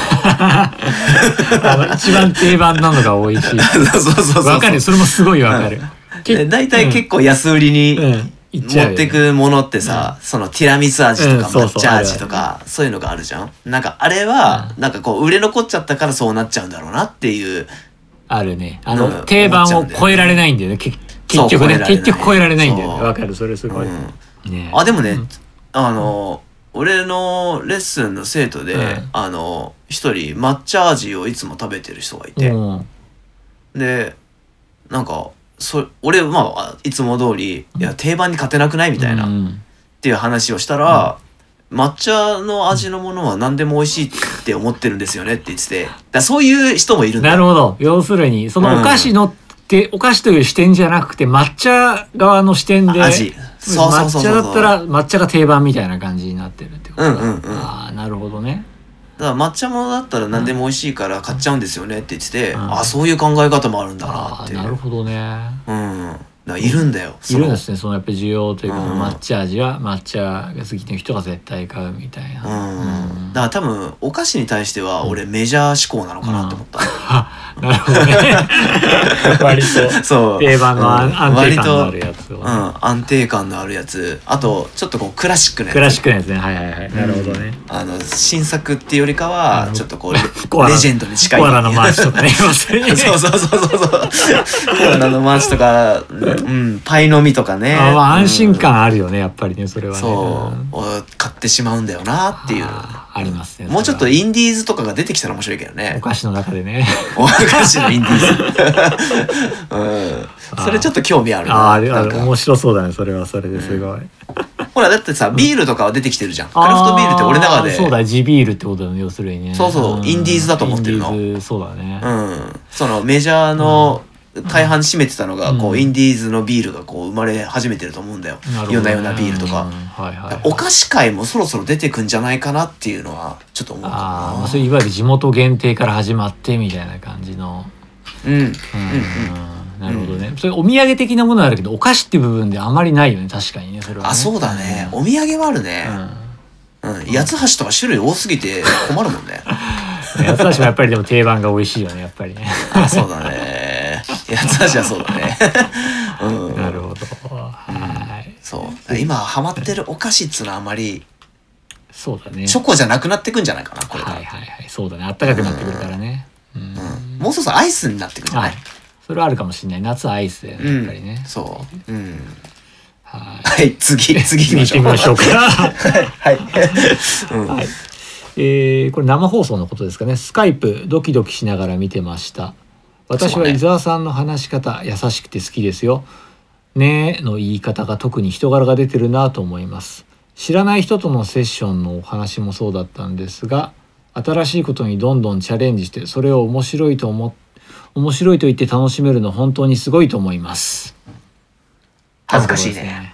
Speaker 2: あの一番定番なのが美味しい。
Speaker 1: そうそうそうそう。
Speaker 2: わかる、それもすごいわかる。
Speaker 1: で大体結構安売りに
Speaker 2: うんうん
Speaker 1: 持
Speaker 2: 行っちゃうよ
Speaker 1: っ
Speaker 2: ね
Speaker 1: てくものってさ、そのティラミス味と
Speaker 2: う
Speaker 1: か
Speaker 2: んそうそう
Speaker 1: 抹茶味とか、そういうのがあるじゃんなんかあれは、なんかこう売れ残っちゃったからそうなっちゃうんだろうなっていう
Speaker 2: あるね。あ
Speaker 1: うん
Speaker 2: の、定番を超えられないんだよね。け結
Speaker 1: そう
Speaker 2: 局
Speaker 1: 超え
Speaker 2: ね、
Speaker 1: られない
Speaker 2: 結局超えられないんだよね。
Speaker 1: そう
Speaker 2: わかる、それすごい。
Speaker 1: う
Speaker 2: ね
Speaker 1: あでもね、
Speaker 2: うん
Speaker 1: あの俺のレッスンの生徒で、
Speaker 2: うん
Speaker 1: あの一人抹茶味をいつも食べてる人がいて、
Speaker 2: うん
Speaker 1: でなんかそ俺まああいつも通りいや定番に勝てなくないみたいな、
Speaker 2: うん
Speaker 1: っていう話をしたら、抹茶の味のものは何でも美味しいって思ってるんですよねって言っててだからそういう人もいるんだ
Speaker 2: なるほど。要するに、そのお菓子のって、お菓子という視点じゃなくて、抹茶側の視点で、
Speaker 1: 味そうそうそうそう
Speaker 2: 抹茶だったら、抹茶が定番みたいな感じになってるってこと
Speaker 1: うん
Speaker 2: だ。
Speaker 1: うんうんだか
Speaker 2: ああ、なるほどね。
Speaker 1: ら抹茶ものだったら何でも美味しいから買っちゃうんですよねって言ってて、
Speaker 2: うん
Speaker 1: あそういう考え方もあるんだな
Speaker 2: あ
Speaker 1: っ
Speaker 2: あ、
Speaker 1: て
Speaker 2: なるほどね。
Speaker 1: うんだからいるんだよ
Speaker 2: いるんで
Speaker 1: よ
Speaker 2: すねそのやっぱり需要というか、
Speaker 1: うん
Speaker 2: 抹茶味は抹茶が好きな人が絶対買うみたいな、
Speaker 1: うん、だから多分お菓子に対しては俺メジャー志向なのかなって思った、
Speaker 2: あなるほどね 割と
Speaker 1: そう
Speaker 2: 定番の安,、
Speaker 1: うん
Speaker 2: 安定感のある
Speaker 1: 割と
Speaker 2: やつを、
Speaker 1: うん、安定感のあるやつあとちょっとこうクラシックなやつ
Speaker 2: クラシックなやつねはいはいはいなるほどね、
Speaker 1: あの新作っていうよりかは
Speaker 2: うん
Speaker 1: ちょっとこうレ
Speaker 2: コアラ
Speaker 1: レジェンドに近い
Speaker 2: コアラのマーチとかね要するにね
Speaker 1: そうそうそうそうそうコアラのマーチとか、うん、パイの実とかね
Speaker 2: あまあ安心、感あるよねやっぱりねそれ
Speaker 1: うん
Speaker 2: はね
Speaker 1: そうを買ってしまうんだよなっていう
Speaker 2: あーありますね
Speaker 1: もうちょっと
Speaker 2: それは
Speaker 1: インディーズとかが出てきたら面白いけどね
Speaker 2: お菓子の中でね
Speaker 1: お菓子のインデ ィーズ、うん、それちょっと興味あるな
Speaker 2: あーあれあ
Speaker 1: なん
Speaker 2: れ
Speaker 1: か
Speaker 2: 面白そうだねそれはそれですごい、
Speaker 1: ほらだってさビールとかは出てきてるじゃんクラフトビールって俺の中
Speaker 2: あ
Speaker 1: で
Speaker 2: ーそうだ地ビールってことだね要するにね
Speaker 1: そうそうんインディーズだと思ってるの
Speaker 2: インディーズそうだね、
Speaker 1: うん、そのメジャーの大半占めてたのが、こ
Speaker 2: う
Speaker 1: うんインディーズのビールがこう生まれ始めてると思うんだよ。
Speaker 2: なるほどね
Speaker 1: 夜な夜なビールとか。
Speaker 2: うんはいはい、
Speaker 1: お菓子界もそろそろ出てくんじゃないかなっていうのはちょっと思うか
Speaker 2: あーま
Speaker 1: な
Speaker 2: あ、それいわゆる地元限定から始まってみたいな感じの、
Speaker 1: うんうんうん
Speaker 2: うんなるほどね、それお土産的なものはあるけどお菓子って部分であまりないよね確かにねそれは、ね、
Speaker 1: あそうだねお土産はあるね
Speaker 2: うん、
Speaker 1: うん、八つ橋とか種類多すぎて困るもん ね
Speaker 2: 八つ橋もやっぱりでも定番が美味しいよねやっぱりね
Speaker 1: あそうだね八つ橋はそうだ ねうん
Speaker 2: なるほどはい
Speaker 1: そう今ハマってるお菓子っつうのはあんまり
Speaker 2: そうだね
Speaker 1: チョコじゃなくなってくんじゃないかなこれか
Speaker 2: は
Speaker 1: ら
Speaker 2: いはいはいそうだねあったかくなってくるからねうん、
Speaker 1: うんもうそろそろアイスになってくんじゃな
Speaker 2: はいいそれはあるかもしれない夏はアイスだよねやっぱりね、
Speaker 1: そう。うん。
Speaker 2: は
Speaker 1: は
Speaker 2: い
Speaker 1: い、次、次
Speaker 2: 次行ってみましょうか。
Speaker 1: はい。うん
Speaker 2: はい。えーこれ生放送のことですかね。スカイプドキドキしながら見てました。私
Speaker 1: そう
Speaker 2: は
Speaker 1: ね
Speaker 2: 伊沢さんの話し方、優しくて好きですよ。ねえの言い方が特に人柄が出てるなと思います。知らない人とのセッションのお話もそうだったんですが、新しいことにどんどんチャレンジして、それを面白いと思っ面白いと言って楽しめるの本当にすごいと思います。
Speaker 1: 恥ずかしいね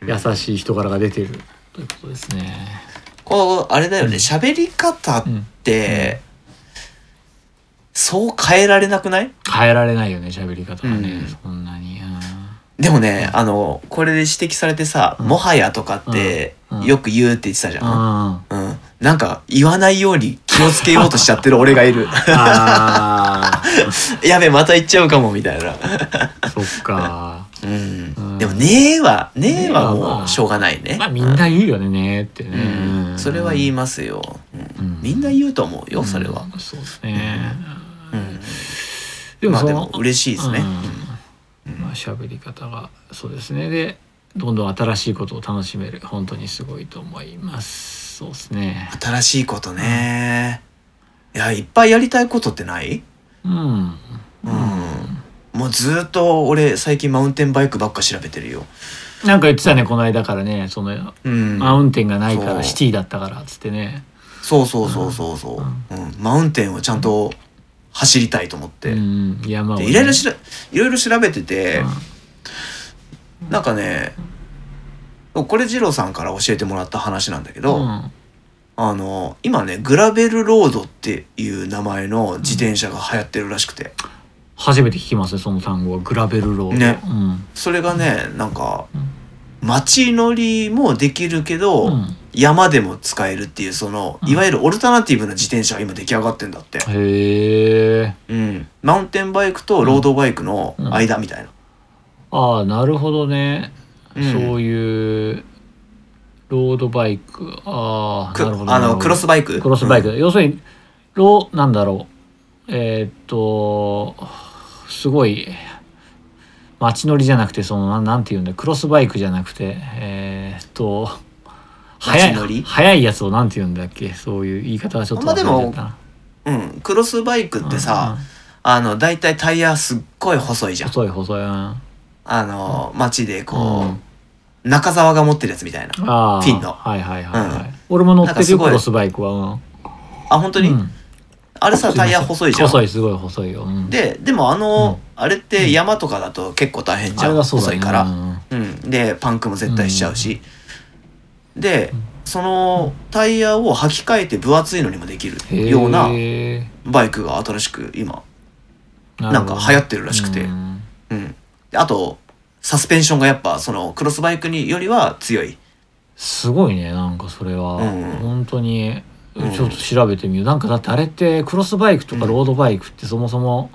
Speaker 2: ということですね。優しい人柄が出てるということですね。
Speaker 1: こう、あれだよね、喋り方って、そう変えられなくない
Speaker 2: 変えられないよね喋り方がね、
Speaker 1: うん
Speaker 2: そんなに、う
Speaker 1: でもね、あの、これで指摘されてさ、
Speaker 2: うん
Speaker 1: もはやとかって
Speaker 2: うん、
Speaker 1: よく言うって言ってたじゃ
Speaker 2: ん、
Speaker 1: ん。
Speaker 2: あ
Speaker 1: うん。なんか、言わないように気をつけようとしちゃってる俺がいる。
Speaker 2: あ
Speaker 1: やべ、また言っちゃうかも、みたいな。
Speaker 2: ーそっか
Speaker 1: うん。
Speaker 2: ん
Speaker 1: でも、ねえは、ねえは
Speaker 2: ねえは
Speaker 1: も
Speaker 2: まあ
Speaker 1: う、しょうがないね。
Speaker 2: まあみんな言うよねねってね、
Speaker 1: うん。それは言いますよ。うんみんな言うと思うよ、それは。
Speaker 2: うんそうですね、
Speaker 1: うん。
Speaker 2: で
Speaker 1: まあ
Speaker 2: そ
Speaker 1: で
Speaker 2: の
Speaker 1: も嬉しいですね。
Speaker 2: うんまあ喋り方がそうですねでどんどん新しいことを楽しめる本当にすごいと思いますそうですね
Speaker 1: 新しいことね。いや、いっぱいやりたいことってない
Speaker 2: うん
Speaker 1: うん。もうずーっと俺最近マウンテンバイクばっか調べてるよ。
Speaker 2: なんか言ってたねこの間からねその
Speaker 1: うん。
Speaker 2: マウンテンがないか
Speaker 1: そう
Speaker 2: らシティだったからっつってね
Speaker 1: そうそうそうそうそう、うん。マウンテンをちゃんと走りたいと思って。
Speaker 2: うん、山をね、
Speaker 1: でいろいろしら、いろいろ調べてて、なんかね、これ二郎さんから教えてもらった話なんだけ
Speaker 2: う
Speaker 1: ど、
Speaker 2: ん
Speaker 1: あの、今ね、グラベルロードっていう名前の自転車が流行ってるらしくて。
Speaker 2: 初めて聞きますねその単語はグラベルロード
Speaker 1: ね
Speaker 2: うん
Speaker 1: それがねなんか街乗りもできるけど、
Speaker 2: うん
Speaker 1: 山でも使えるっていうその
Speaker 2: うん
Speaker 1: いわゆるオルタナティブな自転車が今出来上がってんだって、
Speaker 2: へえ
Speaker 1: うん、マウンテンバイクとロードバイクの間みたいな、
Speaker 2: ああなるほどね、
Speaker 1: うん
Speaker 2: そういうロードバイクああ
Speaker 1: く
Speaker 2: なるほど
Speaker 1: あ
Speaker 2: なるほ
Speaker 1: の
Speaker 2: ど
Speaker 1: クロスバイク
Speaker 2: クロスバイク、
Speaker 1: うん
Speaker 2: 要するにローなんだろうえーっとすごい街乗りじゃなくてそのなんなんていうんだクロスバイクじゃなくてえーっと速い
Speaker 1: 街乗り
Speaker 2: 速いやつをなんて言うんだっけそういう言い方はちょっと忘れちゃったな
Speaker 1: うん、クロスバイクってさ、
Speaker 2: うん
Speaker 1: あの大体タイヤすっごい細いじゃん
Speaker 2: 細い細い、うん、あ
Speaker 1: あの街でこ
Speaker 2: うん
Speaker 1: う、中澤が持ってるやつみたいな
Speaker 2: あ
Speaker 1: ピンの
Speaker 2: はいはいはい、はい
Speaker 1: うん
Speaker 2: 俺も乗っ
Speaker 1: なんか
Speaker 2: てる
Speaker 1: す
Speaker 2: よ
Speaker 1: ごい
Speaker 2: クロスバイクは、うん、
Speaker 1: あ本当に、
Speaker 2: うん
Speaker 1: あれさタイヤ細いじゃん
Speaker 2: 細いすごい細いよ、うん、
Speaker 1: ででもあ
Speaker 2: うん
Speaker 1: の、あれって山とかだと結構大変じゃ
Speaker 2: あれ
Speaker 1: ん、
Speaker 2: はそうだ
Speaker 1: 細
Speaker 2: ね
Speaker 1: いから、
Speaker 2: うん
Speaker 1: うん、でパンクも絶対しちゃうし、でそのタイヤを履き替えて分厚いのにもできるような
Speaker 2: へ
Speaker 1: バイクが新しく今、
Speaker 2: ー
Speaker 1: なんか流行ってるらしくて
Speaker 2: うん
Speaker 1: うん、であとサスペンションがやっぱそのクロスバイクによりは強い
Speaker 2: すごいねなんかそれは、
Speaker 1: うん
Speaker 2: 本当に
Speaker 1: うん
Speaker 2: ちょっと調べてみよう、なんかだってあれってクロスバイクとかロードバイクってそもそも、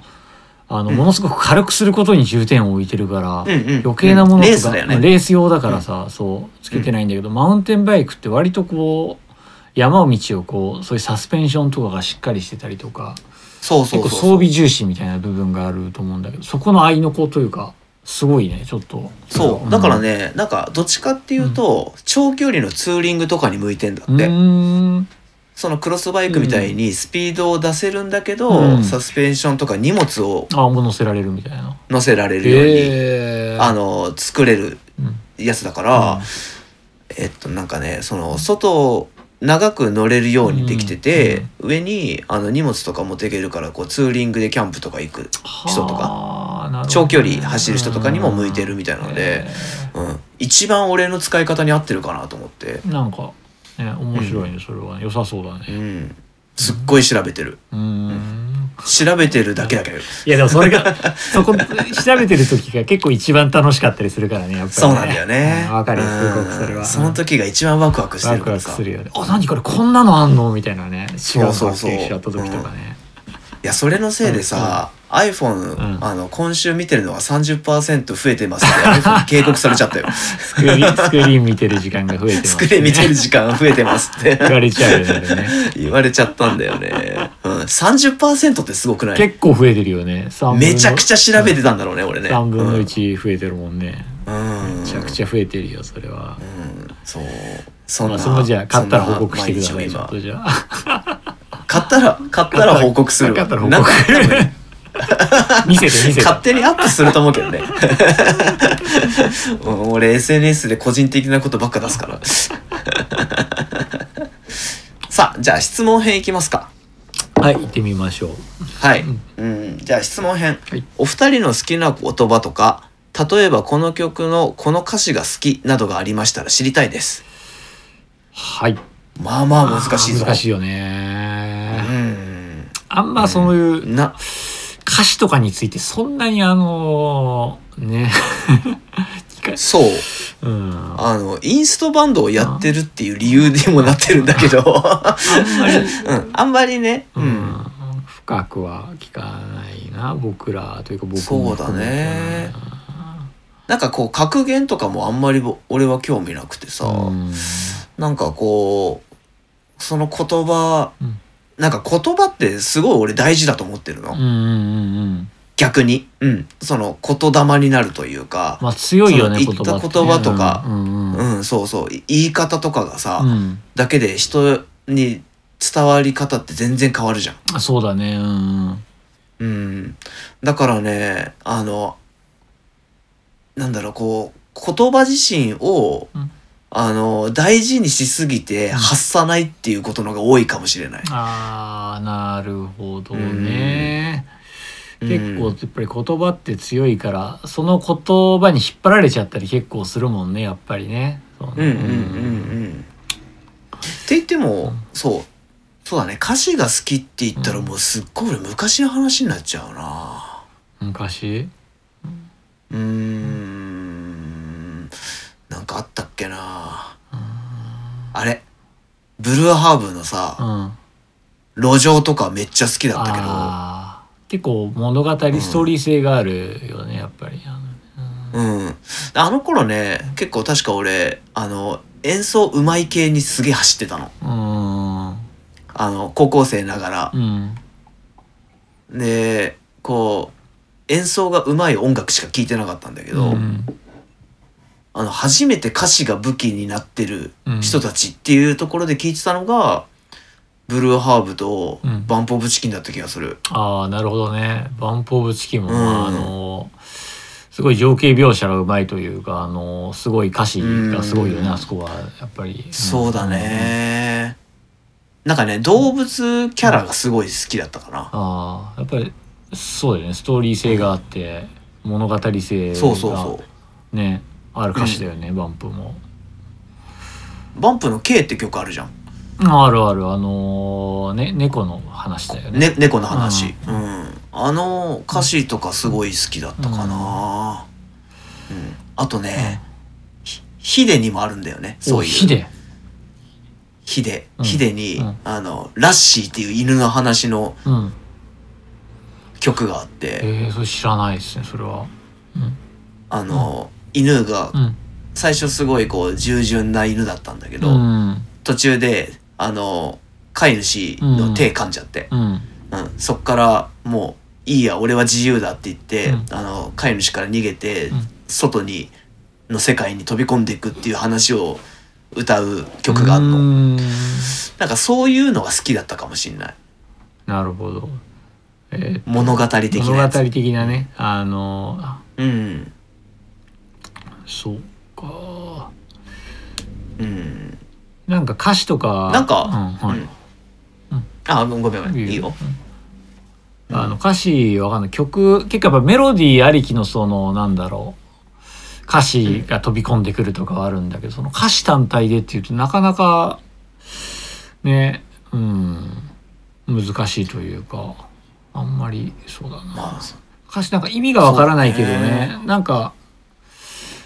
Speaker 2: あの
Speaker 1: うん
Speaker 2: ものすごく軽くすることに重点を置いてるから、
Speaker 1: うんうん
Speaker 2: 余計なものとか、
Speaker 1: レースだよね
Speaker 2: レース用だからさ、そうつけてないんだけど、マウンテンバイクって割とこう山道をこうそういうサスペンションとかがしっかりしてたりとか
Speaker 1: そうそうそう
Speaker 2: 結構装備重視みたいな部分があると思うんだけどそこの合いの子というかすごいねちょっと
Speaker 1: そうだから、ね、なんかどっちかっていうと、長距離のツーリングとかに向いてんだ
Speaker 2: うん
Speaker 1: って、
Speaker 2: うーん
Speaker 1: そのクロスバイクみたいにスピードを出せるんだけど、
Speaker 2: うん
Speaker 1: サスペンションとか荷物を
Speaker 2: あもう乗せられるみたいな
Speaker 1: 乗せられるように、
Speaker 2: えー
Speaker 1: あの作れる
Speaker 2: うん
Speaker 1: やつだから、えっとなんかねその外を長く乗れるようにできてて、上にあの荷物とか持っていけるからこうツーリングでキャンプとか行く、人とか
Speaker 2: はあなるほどね
Speaker 1: 長距離走る人とかにも向いてるみたいなのでうん、一番俺の使い方に合ってるかなと思って、
Speaker 2: えーなんかね面白いねそれはね良さそうだ
Speaker 1: う
Speaker 2: ね
Speaker 1: ん、すっごい調べてる
Speaker 2: うーん
Speaker 1: 調べてるだけだけど
Speaker 2: いやでもそ れがそこ調べてる時が結構一番楽しかったりするからねやっぱりね
Speaker 1: そうなんだよね
Speaker 2: うん わかるよすごく
Speaker 1: うん
Speaker 2: それは
Speaker 1: その時が一番ワクワクして
Speaker 2: ワ
Speaker 1: る
Speaker 2: ク
Speaker 1: か
Speaker 2: ワ
Speaker 1: ら
Speaker 2: ク
Speaker 1: さ
Speaker 2: するよねあ何これこんなのあんのみたいなね違うの
Speaker 1: そうそうそ
Speaker 2: 発
Speaker 1: う
Speaker 2: 見しちゃった時とかね
Speaker 1: いやそれのせいでさ、iPhone、
Speaker 2: うん
Speaker 1: あの今週見てるのが30%増えてますって iPhone に警告されちゃったよ
Speaker 2: スクリーンスクリーン見てる時間が増えてます
Speaker 1: スクリーン見てる時間増えてますって
Speaker 2: 言われちゃうよねあれね
Speaker 1: 言われちゃったんだよね。うん、30%ってすごくない
Speaker 2: 結構増えてるよね3分の
Speaker 1: めちゃくちゃ調べてたんだろうね、俺ね。
Speaker 2: 3分の1増えてるもんね、
Speaker 1: うん。
Speaker 2: めちゃくちゃ増えてるよそれは、
Speaker 1: うん。そう。そん
Speaker 2: ま
Speaker 1: な。
Speaker 2: あ、そのじゃあ買ったら報告してくだ
Speaker 1: そん
Speaker 2: さ
Speaker 1: ない
Speaker 2: ちょ
Speaker 1: まあ
Speaker 2: っ
Speaker 1: 一応
Speaker 2: とじゃあ
Speaker 1: 今買ったら、買ったら報告するわ。
Speaker 2: 買ったら報
Speaker 1: なん
Speaker 2: 告
Speaker 1: か
Speaker 2: す る 見せて見せて
Speaker 1: 勝手にアップすると思うけどね。 うん俺 SNS で個人的なことばっか出すから。さあ、じゃあ質問編いきますか。
Speaker 2: はい行ってみましょう
Speaker 1: はい、
Speaker 2: うん
Speaker 1: うん、じゃあ質問編、
Speaker 2: はい
Speaker 1: お二人の好きな言葉とか例えばこの曲のこの歌詞が好きなどがありましたら知りたいです
Speaker 2: はい
Speaker 1: まあまあ難しいぞ
Speaker 2: 難しいよね
Speaker 1: うん
Speaker 2: あんまそういう
Speaker 1: な
Speaker 2: 歌詞とかについてそんなにあのね
Speaker 1: そう
Speaker 2: うんあ
Speaker 1: あのインストバンドをやってるっていう理由にもなってるんだ けど、
Speaker 2: んまり
Speaker 1: うん、あんまりね、う
Speaker 2: うんん深くは聞かないな僕らというか僕も
Speaker 1: そうだねなんかこう格言とかもあんまりぼ俺は興味なくてさ、
Speaker 2: うん
Speaker 1: なんかこうその言葉、
Speaker 2: うん
Speaker 1: なんか言葉ってすごい俺大事だと思ってるの、
Speaker 2: うんうんうんうん
Speaker 1: 逆に、うん、その言霊になるというか、
Speaker 2: まあ強いよね
Speaker 1: そ
Speaker 2: 言
Speaker 1: の
Speaker 2: 葉
Speaker 1: 言った
Speaker 2: ってね
Speaker 1: 言葉とか
Speaker 2: うんうんうん
Speaker 1: うん、そうそうい言い方とかがさ、
Speaker 2: うん
Speaker 1: だけで人に伝わり方って全然変わるじゃん。
Speaker 2: あそうだねうんうん
Speaker 1: うん、だからねあのなんだろうこう言葉自身を、
Speaker 2: うん
Speaker 1: あの大事にしすぎて発さないっていうことの方が多いかもしれない。
Speaker 2: あーなるほどね
Speaker 1: うん
Speaker 2: 結構やっぱり言葉って強いからその言葉に引っ張られちゃったり結構するもんねやっぱりねそう
Speaker 1: うん
Speaker 2: ね
Speaker 1: うんうんうん。って言っても、そうそうだね歌詞が好きって言ったら
Speaker 2: うん
Speaker 1: もうすっごい俺昔の話になっちゃうな
Speaker 2: 昔
Speaker 1: うーんなんかあったっけなあれブルーハーブの
Speaker 2: う
Speaker 1: さ
Speaker 2: ん
Speaker 1: 路上とかめっちゃ好きだったけど
Speaker 2: あー結構物語ストーリー性があるよね、やっぱりあ
Speaker 1: うんあの頃ね結構確か俺あの演奏うまい系にすげえ走ってたの
Speaker 2: の
Speaker 1: あの高校生ながら
Speaker 2: う、んうん
Speaker 1: でこう演奏がうまい音楽しか聴いてなかったんだけど、
Speaker 2: うん
Speaker 1: あの初めて歌詞が武器になってる人たちっていうところで聞いてたのが、ブルーハーブと
Speaker 2: うん
Speaker 1: バンポブチキンだった気がする。
Speaker 2: ああなるほどねバンプ・オブ・チキンも、まあ
Speaker 1: うん
Speaker 2: あのすごい情景描写がうまいというかあのすごい歌詞がすごいよね、
Speaker 1: うん
Speaker 2: あそこはやっぱり、
Speaker 1: そうだね。なんかね、動物キャラがすごい好きだったかな。
Speaker 2: ああやっぱりそうだよねストーリー性があって物語性が
Speaker 1: そうそうそ
Speaker 2: ねある歌詞だよね、バンプも
Speaker 1: う。バンプの K って曲あるじゃん。
Speaker 2: あるあるあのーね猫の話だよね
Speaker 1: ね、猫の話。うん。あの歌詞とかすごい好きだったかな。うん。あとね、ひヒデにもあるんだよね。そう
Speaker 2: お
Speaker 1: いう。
Speaker 2: ヒデ
Speaker 1: ヒデ、
Speaker 2: うん
Speaker 1: ヒデに、
Speaker 2: うん
Speaker 1: あの、ラッシーっていう犬の話の
Speaker 2: うん
Speaker 1: 曲があって、
Speaker 2: えー、それ知らないですねそれは
Speaker 1: あの、犬が
Speaker 2: うん
Speaker 1: 最初すごいこう従順な犬だったんだけ
Speaker 2: う
Speaker 1: ど、
Speaker 2: ん
Speaker 1: 途中で、あの、飼い主の手噛んじゃって、
Speaker 2: うん
Speaker 1: うん、そっからもう、いいや、俺は自由だって言って、
Speaker 2: うん
Speaker 1: あの、飼い主から逃げて、
Speaker 2: うん
Speaker 1: 外に、の世界に飛び込んでいくっていう話を歌う曲があるの。
Speaker 2: うーん
Speaker 1: なんかそういうのが好きだったかもしんない。
Speaker 2: なるほど、えー
Speaker 1: 物語的な
Speaker 2: 物
Speaker 1: や
Speaker 2: 語
Speaker 1: つ。
Speaker 2: 的なねあのあ
Speaker 1: うん。
Speaker 2: そうか
Speaker 1: うん。
Speaker 2: なんか歌詞とか
Speaker 1: なんか、
Speaker 2: うんはい
Speaker 1: うんあ、ごめんごめん。いいよ。
Speaker 2: うんあの歌詞わかんない曲結構やっぱメロディーありきのそのなんだろう歌詞が飛び込んでくるとかはあるんだけどその歌詞単体でっていうとなかなかねうん難しいというかあんまりそうだな
Speaker 1: まあ、そ
Speaker 2: 歌詞なんか意味がわからないけどね
Speaker 1: そうね
Speaker 2: なんか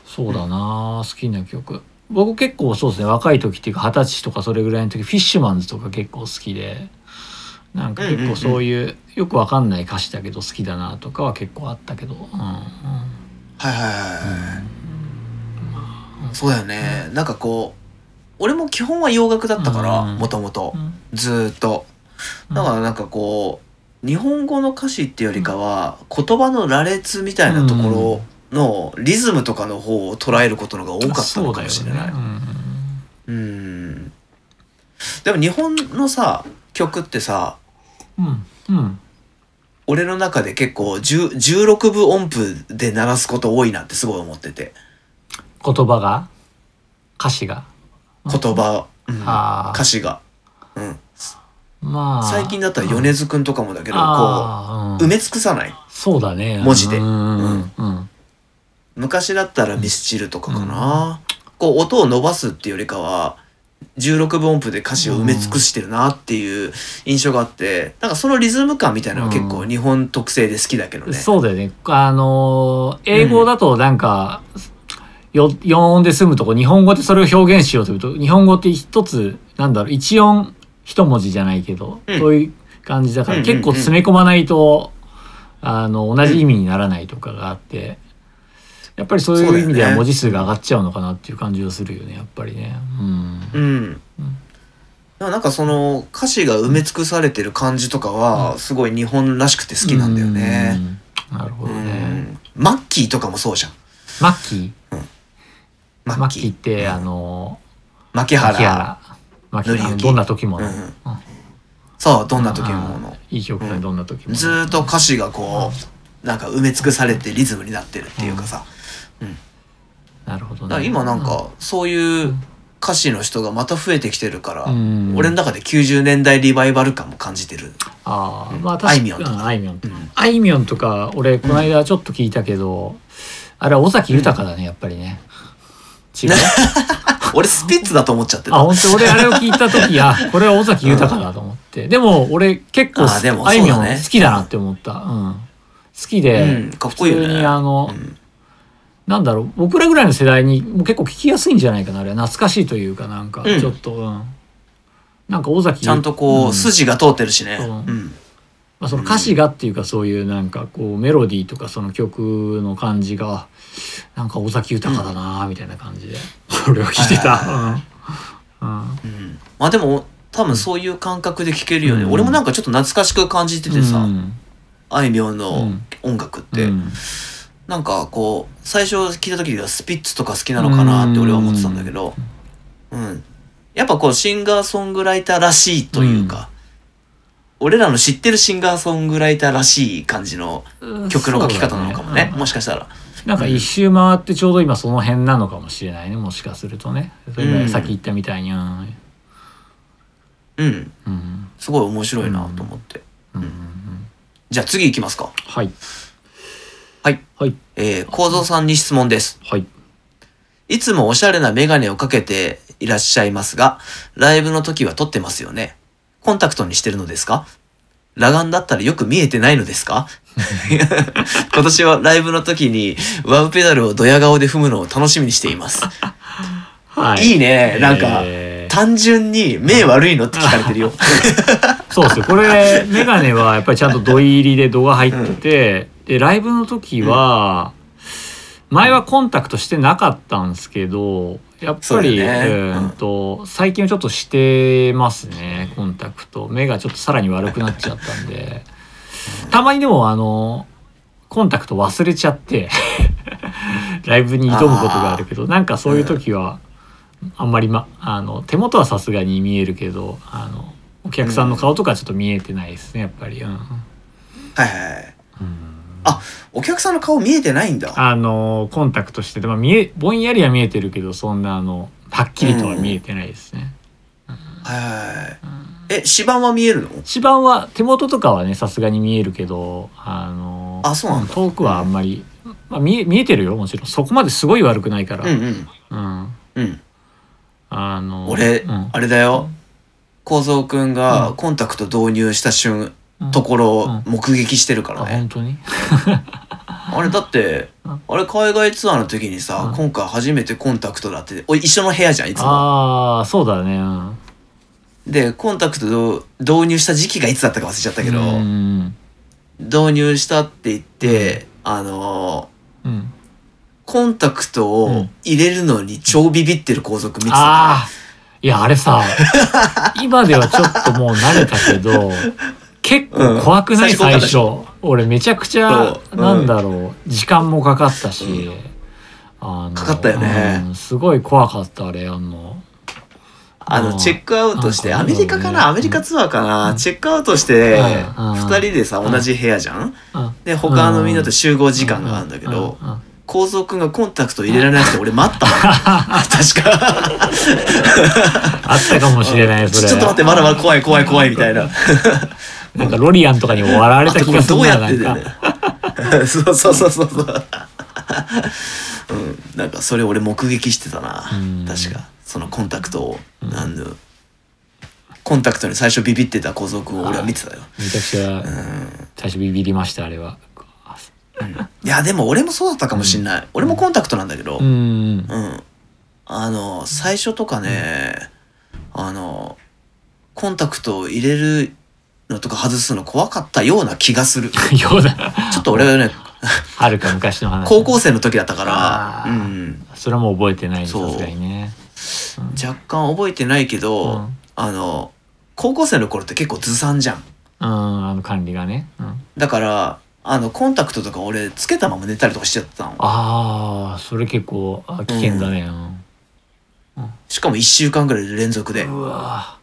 Speaker 2: そうだな、好きな曲僕結構そうですね若い時っていうか二十歳とかそれぐらいの時フィッシュマンズとか結構好きでなんか結構そういう,、よくわかんない歌詞だけど好きだなとかは結構あったけど、うんうん
Speaker 1: はいはいはいはい。そうだよね。なんかこう、俺も基本は洋楽だったから、
Speaker 2: うん
Speaker 1: もともと
Speaker 2: う。ん
Speaker 1: ずーっと。だからなんかこう、日本語の歌詞ってよりかは、言葉の羅列みたいなところのリズムとかの方を捉えることのが多かったのかもしれ
Speaker 2: そう
Speaker 1: な
Speaker 2: だ
Speaker 1: い
Speaker 2: よ。ね
Speaker 1: うん。でも日本のさ、曲ってさ、
Speaker 2: うんうんうん
Speaker 1: 俺の中で結構10 16分音符で鳴らすこと多いなってすごい思ってて
Speaker 2: 言葉が歌詞が
Speaker 1: 言葉、うん
Speaker 2: あー
Speaker 1: 歌詞が、うん、
Speaker 2: まあ
Speaker 1: 最近だったら米津くんとかもだけどこ
Speaker 2: あー
Speaker 1: う埋
Speaker 2: うん
Speaker 1: め尽くさない
Speaker 2: そうだね
Speaker 1: 文字で
Speaker 2: うんうんうん、
Speaker 1: 昔だったらミスチルとかかな、こう音を伸ばすっていうよりかは16分音符で歌詞を埋め尽くしてるなっていう印象があってなんかそのリズム感みたいなのは結構日本特性で好きだけどね、
Speaker 2: そうだよね。あのー英語だとなんか、よ4音で済むとこ日本語でそれを表現しようというと日本語って一つなんだろう一音一文字じゃないけど、
Speaker 1: うん
Speaker 2: そういう感じだか
Speaker 1: う
Speaker 2: ら
Speaker 1: んうんうん
Speaker 2: 結構詰め込まないと、あの同じ意味にならないとかがあってやっぱりそういう意味では
Speaker 1: そうだよね
Speaker 2: 文字数が上がっちゃうのかなっていう感じがするよねやっぱりね。うん
Speaker 1: うん。でもなんかその歌詞が埋め尽くされてる感じとかはすごい日本らしくて好きなんだよね。
Speaker 2: うん。なるほ
Speaker 1: う
Speaker 2: どね。
Speaker 1: ん。マッキーとかもそうじゃん。
Speaker 2: マッキー
Speaker 1: マ
Speaker 2: マ
Speaker 1: ッ
Speaker 2: ッ
Speaker 1: キ
Speaker 2: キー
Speaker 1: ー
Speaker 2: っ。てあのー
Speaker 1: 牧
Speaker 2: 牧
Speaker 1: 原。
Speaker 2: 原牧原
Speaker 1: 紀之
Speaker 2: どんな時も
Speaker 1: う
Speaker 2: の、
Speaker 1: ん。そう、どんな時も
Speaker 2: あ
Speaker 1: の。
Speaker 2: ーいい曲だ
Speaker 1: う
Speaker 2: ね、
Speaker 1: ん
Speaker 2: どんな時もの
Speaker 1: ずーっと歌詞がこう、なんか埋め尽くされてリズムになってるっていうかさ。
Speaker 2: なるほど
Speaker 1: だから
Speaker 2: ね
Speaker 1: 今なんかそういう歌詞の人がまた増えてきてるから
Speaker 2: うん、
Speaker 1: 俺の中で90年代リバイバル感も感じてる。
Speaker 2: ああまあ
Speaker 1: あい
Speaker 2: 確
Speaker 1: みょんと
Speaker 2: か
Speaker 1: か
Speaker 2: にあいみょんとか
Speaker 1: うん
Speaker 2: あいみょんとか俺この間ちょっと聞いたけど、あれは尾崎豊だねやっぱりね違う
Speaker 1: 俺スピッツだと思っちゃって
Speaker 2: あ
Speaker 1: た。
Speaker 2: 本当俺あれを聞いた時あこれは尾崎豊だと思って、でも俺結構
Speaker 1: あーでも
Speaker 2: あいみょん
Speaker 1: そうだね
Speaker 2: 好きだなって思った、うん、好きで、
Speaker 1: うんかっこいいよね
Speaker 2: 普通にあの、
Speaker 1: うん
Speaker 2: なんだろう僕らぐらいの世代にもう結構聞きやすいんじゃないかなあれは懐かしいというかなんか
Speaker 1: うん
Speaker 2: ちょっと、うんなんか尾崎
Speaker 1: ちゃんとこう、
Speaker 2: うん
Speaker 1: 筋が通ってるしね。
Speaker 2: そう
Speaker 1: うん。
Speaker 2: まあ、その歌詞がっていうかそういうなんかこうメロディーとかその曲の感じがなんか尾崎豊だなあみたいな感じで俺は聞いてた。うんうん
Speaker 1: うんまあでも、多分そういう感覚で聴けるよね、
Speaker 2: うん
Speaker 1: 俺もなんかちょっと懐かしく感じててさ、
Speaker 2: うん
Speaker 1: あいみょんの
Speaker 2: うん
Speaker 1: 音楽って、
Speaker 2: うん
Speaker 1: なんかこう、最初聞いた時はスピッツとか好きなのかなって俺は思ってたんだけど、うん。やっぱこう、シンガーソングライターらしいというか、俺らの知ってるシンガーソングライターらしい感じの曲の書き方なのかもね。
Speaker 2: そうだ
Speaker 1: もしかしたら。
Speaker 2: なんか一周回ってちょうど今その辺なのかもしれないねもしかするとねそれぐらいさっき言ったみたいにうん
Speaker 1: うん。
Speaker 2: うん
Speaker 1: すごい面白いなと思って。
Speaker 2: うんうん
Speaker 1: じゃあ次行きますか。
Speaker 2: はい
Speaker 1: はい。
Speaker 2: はい
Speaker 1: えー、構造さんに質問です。
Speaker 2: はい
Speaker 1: いつもおしゃれなメガネをかけていらっしゃいますが、ライブの時は撮ってますよね。コンタクトにしてるのですか裸眼だったらよく見えてないのですか 今年はライブの時にワウペダルをドヤ顔で踏むのを楽しみにしています。
Speaker 2: はい
Speaker 1: いいね。なんか、
Speaker 2: えー
Speaker 1: 単純に目悪いのって聞かれてるよ。
Speaker 2: そうですよこれメガネはやっぱりちゃんと土入りで度が入ってて、でライブの時は、前はコンタクトしてなかったんですけどやっぱり
Speaker 1: そう
Speaker 2: う,、
Speaker 1: だねうん
Speaker 2: んと最近はちょっとしてますねコンタクト目がちょっとさらに悪くなっちゃったんでたまにでもあのコンタクト忘れちゃって ライブに挑むことがあるけどなんかそういう時は、あんまり、ま、あの手元はさすがに見えるけどあのお客さんの顔とかちょっと見えてないですねやっぱり、う ん
Speaker 1: はいはいはい。
Speaker 2: うん
Speaker 1: あお客さんの顔見えてないんだ。
Speaker 2: あのコンタクトしてて、まあ、見えぼんやりは見えてるけどそんなあのはっきりとは見えてないですね。
Speaker 1: はいはいはい。え、指板は見えるの
Speaker 2: 一番は手元とかはねさすがに見えるけどあの
Speaker 1: あそうなんだ
Speaker 2: 遠くはあんまり、まあ、見え見えてるよもちろんそこまですごい悪くないから、
Speaker 1: うんうん。
Speaker 2: うん
Speaker 1: うん。
Speaker 2: あの
Speaker 1: 俺、
Speaker 2: うん
Speaker 1: あれだよ。構造くん
Speaker 2: う
Speaker 1: が
Speaker 2: ん
Speaker 1: コンタクト導入した瞬、
Speaker 2: うん
Speaker 1: ところを
Speaker 2: うん
Speaker 1: 目撃してるか
Speaker 2: あ
Speaker 1: らね。
Speaker 2: 本当に
Speaker 1: あれだって、
Speaker 2: うん
Speaker 1: あれ海外ツアーの時にさ
Speaker 2: う、ん
Speaker 1: 今回初めてコンタクトだって、おい一緒の部屋じゃん、いつも。
Speaker 2: ああそうだねうん
Speaker 1: で、コンタクト導入した時期がいつだったか忘れちゃったけど、
Speaker 2: うん
Speaker 1: 導入したって言って、あの
Speaker 2: うん、
Speaker 1: ーコンタクト
Speaker 2: う
Speaker 1: を
Speaker 2: ん
Speaker 1: 入れるのに超ビビってる皇族見てたの。
Speaker 2: ああいやあれ さ今ではちょっともう慣れたけど結構怖くない、
Speaker 1: うん
Speaker 2: 最
Speaker 1: 最
Speaker 2: 初
Speaker 1: 初
Speaker 2: 俺めちゃくちゃ
Speaker 1: そ、ううん
Speaker 2: なんだろう時間もかかったし、
Speaker 1: う
Speaker 2: あの
Speaker 1: かかったよね
Speaker 2: うんすごい怖かったあれあの
Speaker 1: あの、チェックアウトして、
Speaker 2: なん
Speaker 1: ア
Speaker 2: か
Speaker 1: メリカか
Speaker 2: うん
Speaker 1: なアメリカツアーか
Speaker 2: う
Speaker 1: なんチェックアウトして、
Speaker 2: うん
Speaker 1: 二人でさ、
Speaker 2: うん
Speaker 1: 同じ部屋じゃん
Speaker 2: あ
Speaker 1: で、他のみんなと集合時間があるんだけど、
Speaker 2: うんうん
Speaker 1: 構造くんがコンタクト入れられなくて、俺待った もん確か。
Speaker 2: あったかもしれないそれ
Speaker 1: ちょっと待って、まだまだ怖い怖い怖いみたいな。
Speaker 2: なんかロリアンとかに笑われ
Speaker 1: あ
Speaker 2: た
Speaker 1: と
Speaker 2: 気
Speaker 1: こ
Speaker 2: が
Speaker 1: れ
Speaker 2: する
Speaker 1: どう
Speaker 2: な
Speaker 1: やっ
Speaker 2: な
Speaker 1: て
Speaker 2: ん
Speaker 1: だよ
Speaker 2: か
Speaker 1: ね。 そうそうそうそうそう。うん、なんかそれ俺目撃してたな
Speaker 2: うん。
Speaker 1: 確か。そのコンタクトを、
Speaker 2: うん
Speaker 1: なんだコンタクトに最初ビビってた構造くんを俺は見てたよ。
Speaker 2: めちゃくちゃ最初ビビりましたあれは
Speaker 1: いや、でも俺もそうだったかもしんない。俺もコンタクトなんだけど、
Speaker 2: うんうん
Speaker 1: うん。あの、最初とかね、あの、コンタクトを入れるのとか外すの怖かったような気がす る。ち
Speaker 2: よう
Speaker 1: ょ
Speaker 2: な
Speaker 1: っと俺はね、
Speaker 2: はるか昔の話
Speaker 1: 高校生の時だったか
Speaker 2: あ
Speaker 1: ら、う
Speaker 2: ー
Speaker 1: ん、
Speaker 2: それはもう覚えてないね
Speaker 1: そう
Speaker 2: さすがにね
Speaker 1: 若干覚えてないけど、
Speaker 2: うん
Speaker 1: あの、高校生の頃って結構ずさんじゃん。
Speaker 2: うんあの管理がね、うん、
Speaker 1: だから、あの、コンタクトとか俺つけたまま寝たりとかしちゃってたの。
Speaker 2: ああそれ結構あ危険だね、うん
Speaker 1: しかも1週間ぐらい連続で
Speaker 2: う。わ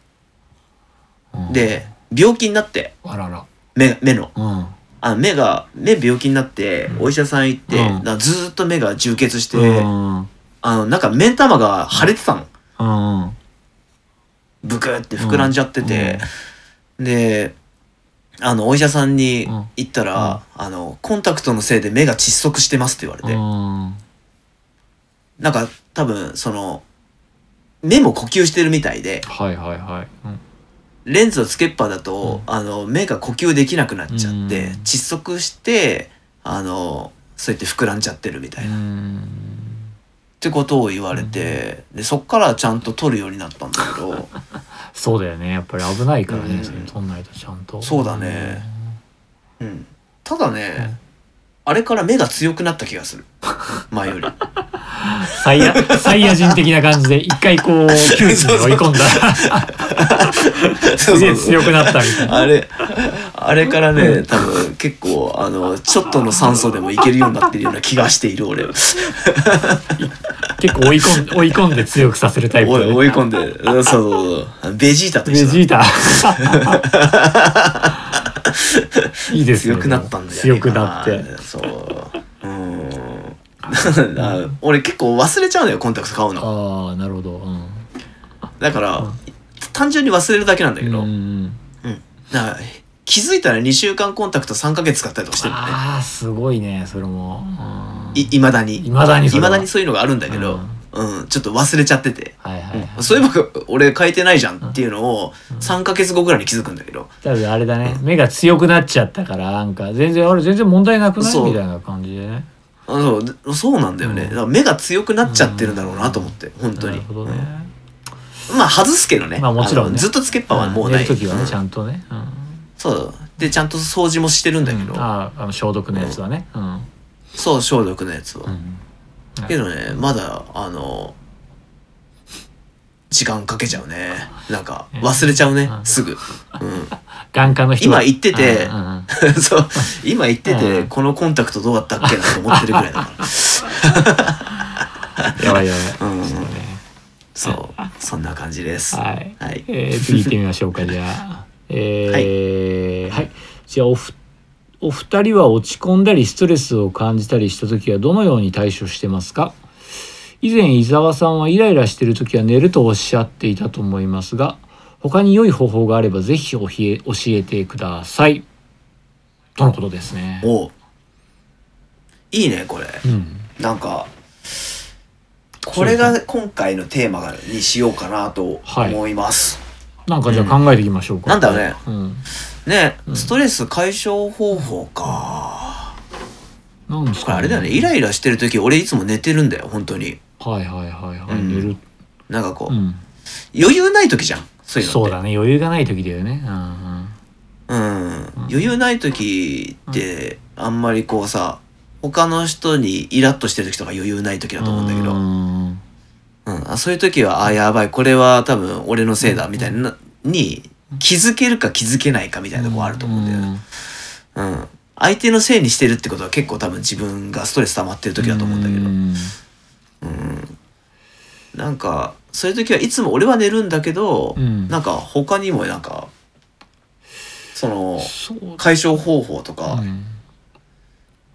Speaker 2: ー、うん、
Speaker 1: で、病気になって、
Speaker 2: あらら
Speaker 1: 目、目の。
Speaker 2: うん
Speaker 1: あ目が目病気になってお医者さん行って、
Speaker 2: うん
Speaker 1: なずーっと目が充血して、
Speaker 2: うんうん
Speaker 1: あのなんか目ん玉が腫れてたの
Speaker 2: うん
Speaker 1: ブクって膨らんじゃってて、であのお医者さんに
Speaker 2: うん
Speaker 1: 行ったら、あのコンタクトのせいで目が窒息してますって言われ
Speaker 2: うん
Speaker 1: て、なんか多分その目も呼吸してるみたいで
Speaker 2: はいはいはい、うん
Speaker 1: レンズをつけっぱだと、あの目が呼吸できなくなっちゃって、
Speaker 2: うん
Speaker 1: 窒息してあのそうやって膨らんじゃってるみたいな、
Speaker 2: う
Speaker 1: っ
Speaker 2: ん
Speaker 1: てことを言われて、でそっからちゃんと取るようになったんだけ ど
Speaker 2: そうだよねやっぱり危ないからね、
Speaker 1: うん
Speaker 2: それ取んないとちゃんと
Speaker 1: そうだねうんただね、あれから目が強くなった気がす る前より
Speaker 2: サイヤサイヤ人的な感じで一回こ う窮地に追い込んだらすげえ強くなったみたいな
Speaker 1: あれあれからね多分結構あのちょっとの酸素でもいけるようになってるような気がしている俺
Speaker 2: 結構追い込ん追い込んで強くさせるタイプ
Speaker 1: 追
Speaker 2: だ
Speaker 1: い
Speaker 2: ね
Speaker 1: 追い込んでそうそうそうベジータと
Speaker 2: ベ
Speaker 1: 一緒だ
Speaker 2: ジー タいいですね
Speaker 1: 強くなったんだよ、ね、
Speaker 2: 強くなって
Speaker 1: そう うんあ俺結構忘れちゃうのよコンタクト買うの
Speaker 2: ああなるほどうん
Speaker 1: だから、
Speaker 2: うん
Speaker 1: 単純に忘れるだけなんだけど、
Speaker 2: う
Speaker 1: うん
Speaker 2: うんん
Speaker 1: だから気づいたら2週間コンタクト3ヶ月使ったりとかしてるのね
Speaker 2: ああすごいねそれも
Speaker 1: いいまだに
Speaker 2: 未だにそれ
Speaker 1: い
Speaker 2: は
Speaker 1: まだにそういうのがあるんだけど、うんちょっと忘れちゃってて、
Speaker 2: はいはいはい
Speaker 1: そういえば俺変えてないじゃんっていうのを3ヶ月後ぐらいに気づくんだけど、
Speaker 2: 多分あれだね目が強くなっちゃったからなんか全然あれ全然問題なくない
Speaker 1: そう
Speaker 2: みたいな感じでね
Speaker 1: あそうでそうなんだよね、
Speaker 2: うん
Speaker 1: だから目が強くなっちゃってるんだろうなと思って、本当
Speaker 2: な
Speaker 1: に
Speaker 2: る、ほどね
Speaker 1: まあ外すけどね,、
Speaker 2: まあもちろんね
Speaker 1: のずっとつけっぱはもう
Speaker 2: 寝
Speaker 1: ない、
Speaker 2: る時は
Speaker 1: う
Speaker 2: ね
Speaker 1: ん
Speaker 2: ちゃんとねうん
Speaker 1: そうでちゃんと掃除もしてるんだけど、
Speaker 2: あーあの消毒のやつだねうん
Speaker 1: そう消毒のやつを、
Speaker 2: うん
Speaker 1: けどねまだあの時間かけちゃうねなんか忘れちゃうね、
Speaker 2: うん
Speaker 1: す ぐ、
Speaker 2: 眼科の人
Speaker 1: 今行ってて
Speaker 2: うんうんうん
Speaker 1: うん、そう今言ってて、
Speaker 2: うん
Speaker 1: このコンタクトどうだったっけなと思ってるぐらいだから
Speaker 2: やばいやば い
Speaker 1: うん
Speaker 2: そうね
Speaker 1: そうそんな感じです
Speaker 2: はい
Speaker 1: はい
Speaker 2: えー次行ってみましょうかじゃあえーはいじゃあおふお二人は落ち込んだりストレスを感じたりした時はどのように対処してますか以前伊沢さんはイライラしている時は寝るとおっしゃっていたと思いますが他に良い方法があればぜひおひえ教えてくださいとのことですね。
Speaker 1: おういいねこれ
Speaker 2: うん、
Speaker 1: なんかこれが今回のテーマにしようかなと
Speaker 2: はい
Speaker 1: 思います、
Speaker 2: なんかじゃあ考えていきましょうか。
Speaker 1: なんだろうね
Speaker 2: うん、
Speaker 1: ね、
Speaker 2: うん
Speaker 1: ストレス解消方法か
Speaker 2: なんです
Speaker 1: これ
Speaker 2: か、
Speaker 1: あれだよねイライラしてる時俺いつも寝てるんだよ本当に
Speaker 2: はいはいはいはい、
Speaker 1: うん
Speaker 2: 寝る、
Speaker 1: なんかこう、
Speaker 2: うん、
Speaker 1: 余裕ない時じゃんそういうのって
Speaker 2: そうだね余裕がない時だよねうんうん
Speaker 1: うん、余裕ない時ってあんまりこうさ他の人にイラッとしてる時とか余裕ない時だと思うんだけど、
Speaker 2: うん
Speaker 1: うん、あそういう時はあやばいこれは多分俺のせいだみたいなに気づけるか気づけないかみたいなとこあると思うんだよね、うん、相手のせいにしてるってことは結構多分自分がストレス溜まってる時だと思うんだけど、なんかそういう時はいつも俺は寝るんだけど、
Speaker 2: うん
Speaker 1: なんか他にもなんかその
Speaker 2: そう
Speaker 1: 解消方法とか
Speaker 2: うん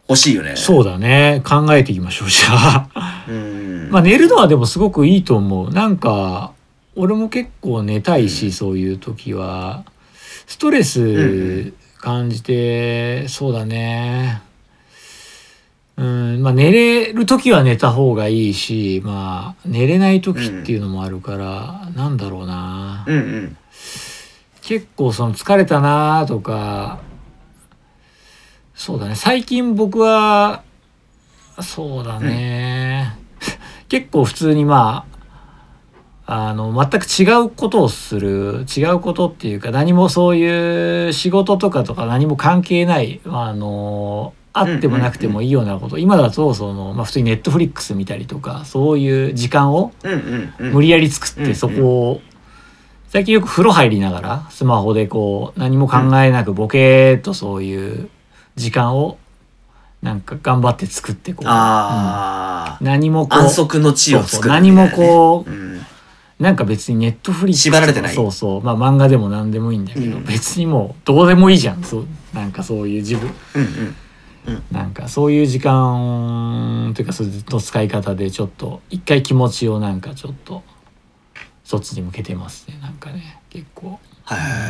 Speaker 1: 欲しいよね、
Speaker 2: そうだね考えていきましょうじゃあ
Speaker 1: うん
Speaker 2: まあ寝るのはでもすごくいいと思うなんか俺も結構寝たいし、そういう時はストレ
Speaker 1: う
Speaker 2: ス感じて、そうだねうんまあ寝れる時は寝た方がいいしまあ寝れない時っていうのもあるから、なんだろうな
Speaker 1: うんうん
Speaker 2: 結構その疲れたなとかそうだね最近僕はそうだね、 結構普通にまああの全く違うことをする違うことっていうか何もそういう仕事とかとか何も関係ないあのあってもなくてもいいようなこと、今だとその、まあ、普通にネットフリックス見たりとかそういう時間を
Speaker 1: うんうんうん
Speaker 2: 無理やり作っ
Speaker 1: うん
Speaker 2: てそこを最近よく風呂入りながらスマホでこう何も考えなくボケーっとそういう時間をなんか頑張って作ってこう、
Speaker 1: あ
Speaker 2: うん何も
Speaker 1: あ、
Speaker 2: こ
Speaker 1: 安
Speaker 2: う
Speaker 1: 息の地を作る、
Speaker 2: そうそう何もこう
Speaker 1: うん
Speaker 2: なんか別にネットフリックス
Speaker 1: 縛られてない
Speaker 2: そうそうまあ漫画でも何でもいいんだけど、
Speaker 1: うん
Speaker 2: 別にもうどうでもいいじゃんそうなんかそういう自分
Speaker 1: うんうん
Speaker 2: なんかそういう時間というかそういうの使い方でちょっと一回気持ちをなんかちょっとそっちに向けてますねなんかね結構。
Speaker 1: はいはいはい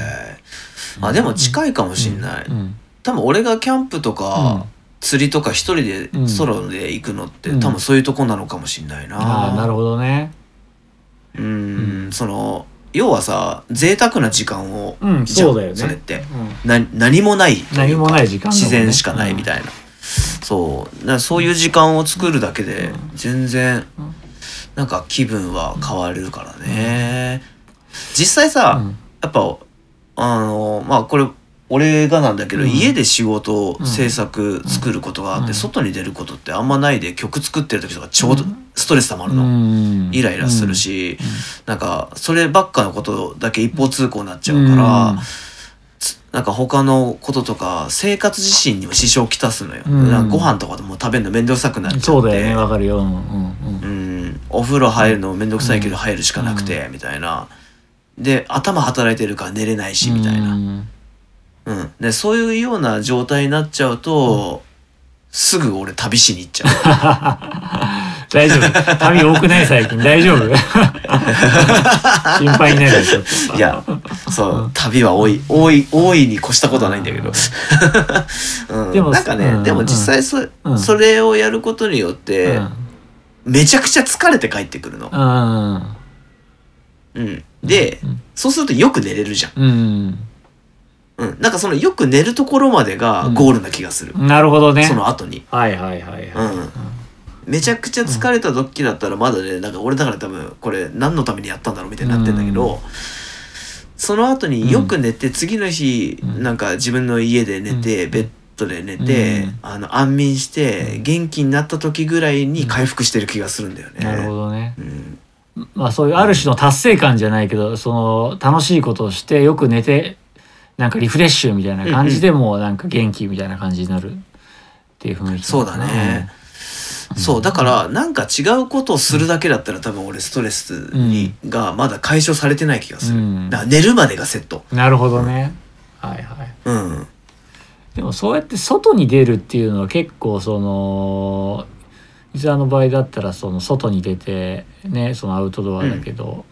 Speaker 1: あでも近いかもしんない、
Speaker 2: うん
Speaker 1: 多分俺がキャンプとか、
Speaker 2: うん
Speaker 1: 釣りとか一人で
Speaker 2: うん
Speaker 1: ソロで行くのって、
Speaker 2: うん
Speaker 1: 多分そういうとこなのかもしんないな、
Speaker 2: ああなるほどね。
Speaker 1: うん、その要はさ贅沢な時間を、
Speaker 2: うん
Speaker 1: じゃん
Speaker 2: そうだよね
Speaker 1: それってな何もないというか
Speaker 2: 何もない時間だもんね
Speaker 1: 自然しかないみたいな、そうなそういう時間を作るだけで全然
Speaker 2: うん
Speaker 1: なんか気分は変わるからね実際さ、
Speaker 2: うん
Speaker 1: やっぱあのまあこれ俺がなんだけど、
Speaker 2: うん
Speaker 1: 家で仕事を
Speaker 2: うん
Speaker 1: 制作作ることがあって、
Speaker 2: うん
Speaker 1: 外に出ることってあんまないで曲作ってる時とかちょうど
Speaker 2: うん
Speaker 1: ストレス溜まるの、
Speaker 2: うん
Speaker 1: イライラする、し、
Speaker 2: うん
Speaker 1: なんかそればっかのことだけ一方通行になっちゃうから、
Speaker 2: うん
Speaker 1: つなんか他のこととか生活自身にも支障をきたすのよ、
Speaker 2: うん
Speaker 1: なんかご飯とかでも食べるの面倒くさくなっちゃって
Speaker 2: そうだよねわかるよ、うんうんうん
Speaker 1: うん、お風呂入るのも面倒くさいけど入るしかなくて、みたいなで頭働いてるから寝れないしみたいな、
Speaker 2: うん
Speaker 1: うん、でそういうような状態になっちゃうと、すぐ俺旅しに行っちゃう
Speaker 2: 大丈夫旅多くない最近大丈夫心配になるよちょっと
Speaker 1: いやそう旅は多い多い多いに越したことはないんだけど、 うん、
Speaker 2: でも
Speaker 1: なんかね、
Speaker 2: うん
Speaker 1: でも実際そ,、
Speaker 2: うん
Speaker 1: それをやることによって、
Speaker 2: うん
Speaker 1: めちゃくちゃ疲れて帰ってくるの、
Speaker 2: うん
Speaker 1: うん、で、
Speaker 2: うん
Speaker 1: そうするとよく寝れるじゃん、
Speaker 2: うん
Speaker 1: うん、なんかそのよく寝るところまでがゴールな気がする、
Speaker 2: なるほどね
Speaker 1: その後に
Speaker 2: はいはいはいはい、
Speaker 1: うんめちゃくちゃ疲れた時だったらまだねなんか俺だから多分これ何のためにやったんだろうみたいになってんだけど、その後によく寝て次の日、
Speaker 2: うん
Speaker 1: なんか自分の家で寝て、
Speaker 2: うん
Speaker 1: ベッドで寝て、
Speaker 2: うん
Speaker 1: あの安眠して
Speaker 2: うん
Speaker 1: 元気になった時ぐらいに回復してる気がするんだよね。
Speaker 2: なるほどね
Speaker 1: うん
Speaker 2: まあそういうある種の達成感じゃないけどその楽しいことをしてよく寝てなんかリフレッシュみたいな感じでもうなんか元気みたいな感じになるっていう雰囲気
Speaker 1: そうだね、そうだからなんか違うことをするだけだったら多分俺ストレスに、がまだ解消されてない気がする、
Speaker 2: うん
Speaker 1: だから寝るまでがセット
Speaker 2: なるほどね、はいはい
Speaker 1: うん
Speaker 2: でもそうやって外に出るっていうのは結構その伊沢の場合だったらその外に出てねそのアウトドアだけど、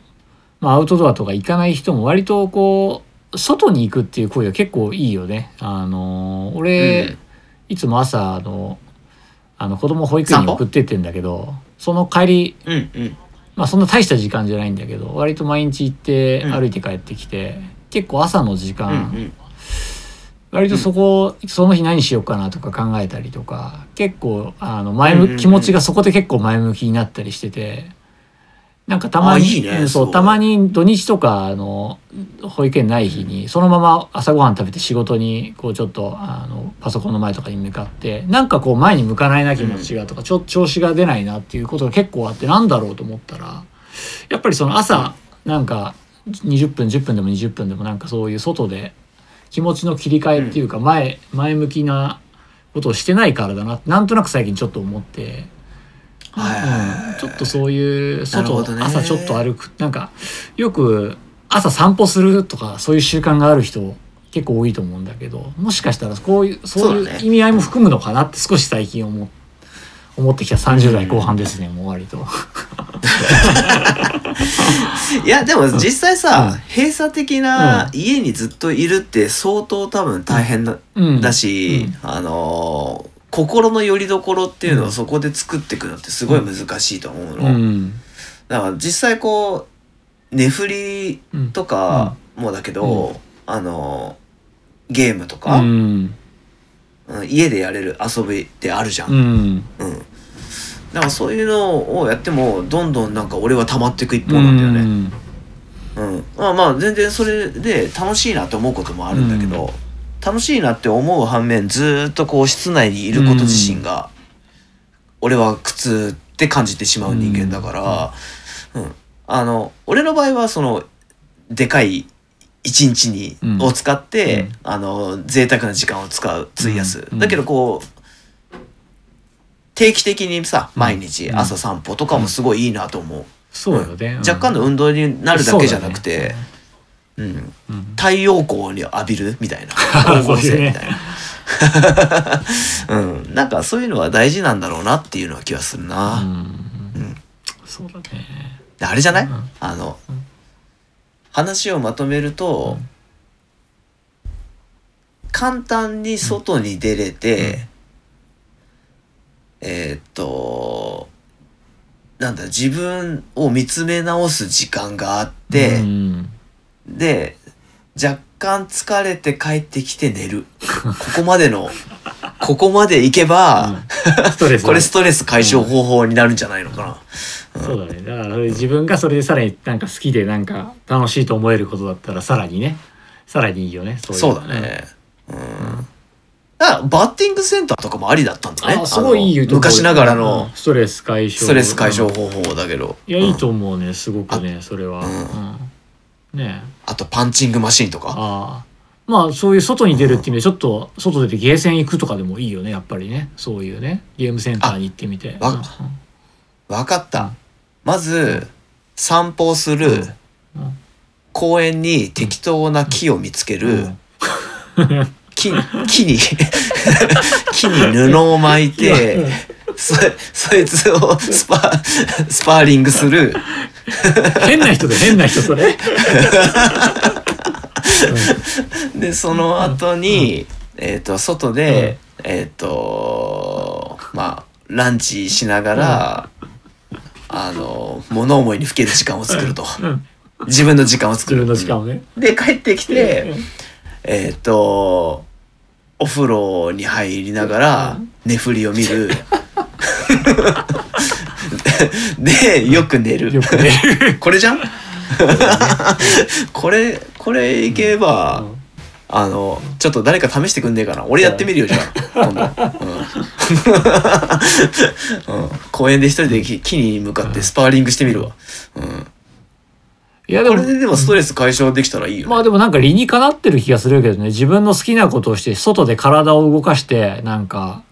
Speaker 2: まあアウトドアとか行かない人も割とこう外に行くっていう行為は結構いいよね。あの俺、
Speaker 1: うん
Speaker 2: いつも朝あのあの子供保育園
Speaker 1: 散
Speaker 2: に
Speaker 1: 歩
Speaker 2: 送ってってんだけどその帰り
Speaker 1: うんうん
Speaker 2: まあそんな大した時間じゃないんだけど割と毎日行って
Speaker 1: うん
Speaker 2: 歩いて帰ってきて、結構朝の時
Speaker 1: うんう
Speaker 2: 間、
Speaker 1: ん
Speaker 2: 割とそこ、その日何しようかなとか考えたりとか結構あの前
Speaker 1: う
Speaker 2: 向
Speaker 1: んうんうん
Speaker 2: 気持ちがそこで結構前向きになったりしててなんかたまに
Speaker 1: あいいね
Speaker 2: うん
Speaker 1: す
Speaker 2: そ
Speaker 1: ご
Speaker 2: う
Speaker 1: い
Speaker 2: たまに土日とかあの保育園ない日にそのまま朝ごはん食べて仕事にこうちょっとあのパソコンの前とかに向かってなんかこう前に向かないな気持ちがとか、ちょ調子が出ないなっていうことが結構あってなんだろうと思ったらやっぱりその朝なんか20分10分でも20分でもなんかそういう外で気持ちの切り替えっていうか前、前向きなことをしてないからだななんとなく最近ちょっと思って、
Speaker 1: はい、
Speaker 2: うんちょっとそういう
Speaker 1: なる
Speaker 2: 外
Speaker 1: ほどね
Speaker 2: 朝ちょっと歩くなんかよく朝散歩するとかそういう習慣がある人結構多いと思うんだけどもしかしたらこういうそう
Speaker 1: そう
Speaker 2: い
Speaker 1: だ
Speaker 2: う
Speaker 1: ね
Speaker 2: 意味合いも含むのかなって少し最近思思ってきた30代後半ですね、もう割と。
Speaker 1: いやでも実際さ、
Speaker 2: うん
Speaker 1: 閉鎖的な家にずっといるって相当多分大変だ,、
Speaker 2: うん、
Speaker 1: だし、あのー心の拠り所っていうのをそこで作っていくのってすごい難しいと思う
Speaker 2: う
Speaker 1: の、
Speaker 2: ん、
Speaker 1: だから実際こう寝振り
Speaker 2: うん
Speaker 1: とかもだけど、あのーゲームとか、
Speaker 2: うん
Speaker 1: うん家でやれる遊びってあるじゃん、
Speaker 2: う
Speaker 1: うん
Speaker 2: ん
Speaker 1: だからそういうのをやってもどんどんなんか俺は溜まっていく一方なんだよね、
Speaker 2: うん
Speaker 1: うん、まあまあ全然それで楽しいなって思うこともあるんだけど、
Speaker 2: うん
Speaker 1: 楽しいなって思う反面ずーっとこう室内にいること自身が、俺は苦痛って感じてしまう人間だから、うんあの俺の場合はそのでかい一日に、
Speaker 2: うん
Speaker 1: を使って、
Speaker 2: うん
Speaker 1: あの贅沢な時間を使う費やす、
Speaker 2: うん
Speaker 1: だけどこう定期的にさ毎日
Speaker 2: うん
Speaker 1: 朝散歩とかもすごいいいなと思う、
Speaker 2: そうよね、うん
Speaker 1: 若干の運動になるだけじゃなくて、うん、
Speaker 2: そうだね
Speaker 1: 太陽光に浴びるみたいな
Speaker 2: あ そういうね
Speaker 1: 光合成みたいな、 うん、なんかそういうのは大事なんだろうなっていうのは気がする
Speaker 2: う
Speaker 1: な、
Speaker 2: ん
Speaker 1: うん
Speaker 2: そうだね
Speaker 1: であれじゃない、
Speaker 2: うん
Speaker 1: あの、
Speaker 2: うん
Speaker 1: 話をまとめると、
Speaker 2: うん
Speaker 1: 簡単に外に出れて、えーっとなんだ自分を見つめ直す時間があって、
Speaker 2: うん
Speaker 1: で若干疲れて帰ってきて寝るここまでのここまでいけば、
Speaker 2: ストレス
Speaker 1: これストレス解消方法になるんじゃないのかな。
Speaker 2: そうだねだからそれ自分がそれでさらになんか好きでなんか楽しいと思えることだったらさらにねさらにいいよねそい
Speaker 1: そうだね。うん。だからバッティングセンターとかもありだったんだね。
Speaker 2: あすごいいい
Speaker 1: あ
Speaker 2: 言う
Speaker 1: の
Speaker 2: とこ
Speaker 1: 昔ながらの
Speaker 2: うんストレス解消
Speaker 1: ストレス解消方法だけど。
Speaker 2: いやいい
Speaker 1: うん
Speaker 2: と思うねすごくねそれは、うんねえ
Speaker 1: あとパンチングマシンとか。
Speaker 2: ああまあそういう外に出るっていう意味でちょっと外出てゲーセン行くとかでもいいよねやっぱりねそういうねゲームセンターに行ってみて
Speaker 1: あわわかった。まず、散歩をする、
Speaker 2: うんうん
Speaker 1: 公園に適当な木を見つける、
Speaker 2: うん
Speaker 1: 木木に 木に布を巻いてそそいつをスパスパーリングする
Speaker 2: 変な人で変な人そ れ
Speaker 1: でその後に、えっと外で、えっ、とまあランチしながら、あの物思いにふける時間を作ると
Speaker 2: うん
Speaker 1: 自分の時間を作
Speaker 2: 自
Speaker 1: る
Speaker 2: 分の時間をね
Speaker 1: で帰ってきて
Speaker 2: うん
Speaker 1: えっ、とお風呂に入りながら寝振りを見 るでよく寝る
Speaker 2: よくね
Speaker 1: これじゃんこれこれいけば、
Speaker 2: うん
Speaker 1: あのちょっと誰か試してくんねえかな俺やってみるよじゃあ今度、うんうん公園で一人で木木に向かってスパーリングしてみるわ、うん、
Speaker 2: いやで
Speaker 1: こ
Speaker 2: も
Speaker 1: れででもストレス解消できたらいいよね、
Speaker 2: まあでもなんか理にかなってる気がするけどね自分の好きなことをして外で体を動かしてなんか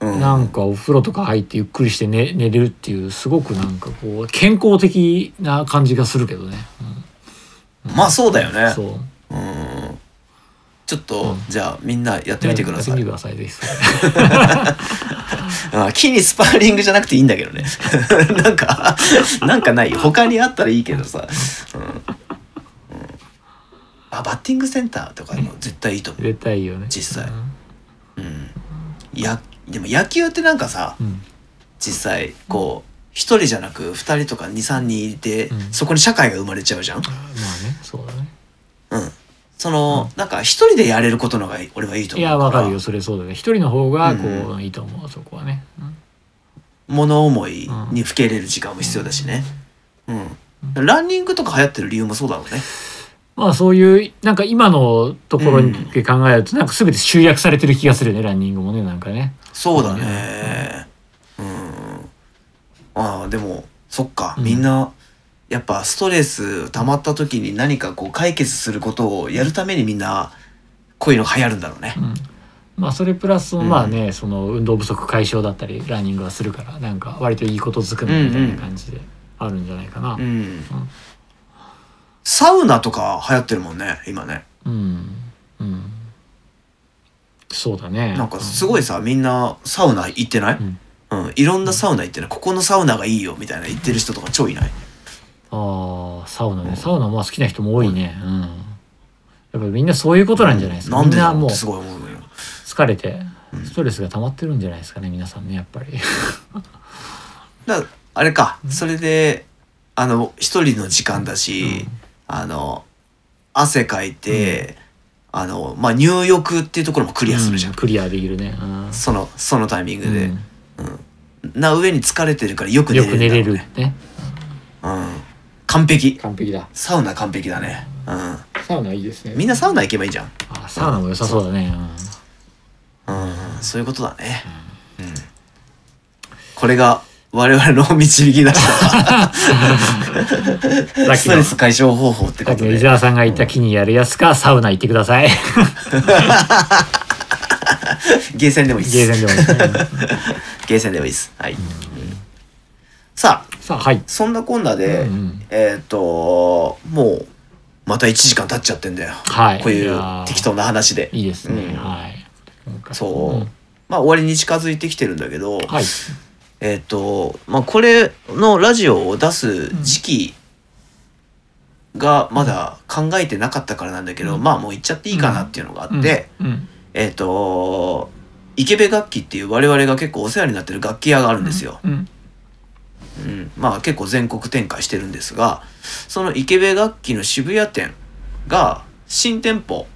Speaker 1: うん
Speaker 2: なんかお風呂とか入ってゆっくりして寝寝れるっていうすごくなんかこう健康的な感じがするけどね。
Speaker 1: まあそうだよ
Speaker 2: うん
Speaker 1: ね
Speaker 2: そう。
Speaker 1: うんちょっと、
Speaker 2: うん
Speaker 1: じゃあみんなやってみてくださ
Speaker 2: やってみ
Speaker 1: い
Speaker 2: てくださいぜひそれ
Speaker 1: あ木にスパーリングじゃなくていいんだけどねなんか なんかないよ他にあったらいいけどさ、うんうんあバッティングセンターとかも絶対いいと思う
Speaker 2: 絶対いいよね。
Speaker 1: 実際
Speaker 2: うん
Speaker 1: やでも野球ってなんかさ
Speaker 2: うん。
Speaker 1: 実際こう一人じゃなく二人とか23人いて、
Speaker 2: うん
Speaker 1: そこに社会が生まれちゃうじゃん、
Speaker 2: まあねそうだね。
Speaker 1: うん、その、なんか一人でやれることのが俺はいいと
Speaker 2: い
Speaker 1: 思う
Speaker 2: やわかるよそれそうだね。一人の方がこう、
Speaker 1: う
Speaker 2: いいと思うそこはね。うん
Speaker 1: 物思いにふけ入れる時間も必要だしね。うん。ランニングとか流行ってる理由もそうだろうね。
Speaker 2: まあそういうなんか今のところで考えると、なんか全て集約されてる気がするねランニングもねなんかね。
Speaker 1: そうだね。うん。ああ、でも、そっか。
Speaker 2: うん
Speaker 1: みんな、やっぱストレス溜まった時に何かこう解決することをやるためにみんな、こういうの流行るんだろうね
Speaker 2: う。んまあそれプラス
Speaker 1: ん
Speaker 2: まあね、その運動不足解消だったりランニングはするからなんか割といいことづくめみたいな感じであるんじゃないかな。う
Speaker 1: うんん。サウナとか流行ってるもんね、今ね。
Speaker 2: うん、そうだね。
Speaker 1: なんかすごいさ、みんなサウナ行ってない
Speaker 2: うん
Speaker 1: うん。いろんなサウナ行ってない。ここのサウナがいいよ、みたいな言ってる人とか超いない。
Speaker 2: ああサウナねサウナまあ好きな人も多いね。うん、やっぱみんなそういうことなんじゃないですか。
Speaker 1: なんで
Speaker 2: みん
Speaker 1: だ
Speaker 2: な
Speaker 1: ろう
Speaker 2: も
Speaker 1: っ
Speaker 2: う
Speaker 1: てすごい思うのよ。
Speaker 2: 疲れてストレスが溜まってるんじゃないですかね皆さんねやっぱり。
Speaker 1: だあれか、それであの一人の時間だし、あの汗かいて、あのまあ入浴っていうところもクリアするじゃん、
Speaker 2: うんクリアできるね。うん
Speaker 1: そのそのタイミングで
Speaker 2: うん、
Speaker 1: な上に疲れてるからよく寝
Speaker 2: よ
Speaker 1: れる
Speaker 2: く寝れるね。
Speaker 1: うん、完璧
Speaker 2: 完璧だ。
Speaker 1: サウナ完璧だね、
Speaker 2: サウナいいですね
Speaker 1: うん、みんなサウナ行けばいいじゃん、
Speaker 2: あサウナも良さそうだね。うん
Speaker 1: うん、そういうことだね、うん、これが我々の導き出した
Speaker 2: さっ
Speaker 1: ス
Speaker 2: き
Speaker 1: ト
Speaker 2: の
Speaker 1: レス解消方法って
Speaker 2: さ
Speaker 1: こ
Speaker 2: っき
Speaker 1: と
Speaker 2: の
Speaker 1: で
Speaker 2: 伊沢さんが言った木にやるやつか、サウナ行ってください。
Speaker 1: ゲーセンでもいいです
Speaker 2: ゲーセンでもいいですね。
Speaker 1: ゲーセンでもいいです。はい。さあ、
Speaker 2: さあ、はい。
Speaker 1: そんなこんなで、
Speaker 2: うんうん
Speaker 1: えっ、と、もう、また1時間経っちゃってんだよ。
Speaker 2: はい
Speaker 1: こうい
Speaker 2: いうやー
Speaker 1: 適当な話で。
Speaker 2: いいですね。
Speaker 1: うん
Speaker 2: はい。今回
Speaker 1: そう。
Speaker 2: ん
Speaker 1: まあ、終わりに近づいてきてるんだけど、
Speaker 2: はい。
Speaker 1: えっ、と、まあ、これのラジオを出す時期がまだ考えてなかったからなんだけど、
Speaker 2: うん
Speaker 1: まあ、もう行っちゃっていいかなっていうのがあって、
Speaker 2: うん、うん
Speaker 1: えっ、と、池部楽器っていう我々が結構お世話になってる楽器屋があるんですよ。
Speaker 2: うん
Speaker 1: うん、まあ結構全国展開してるんですがその池部楽器の渋谷店が新店舗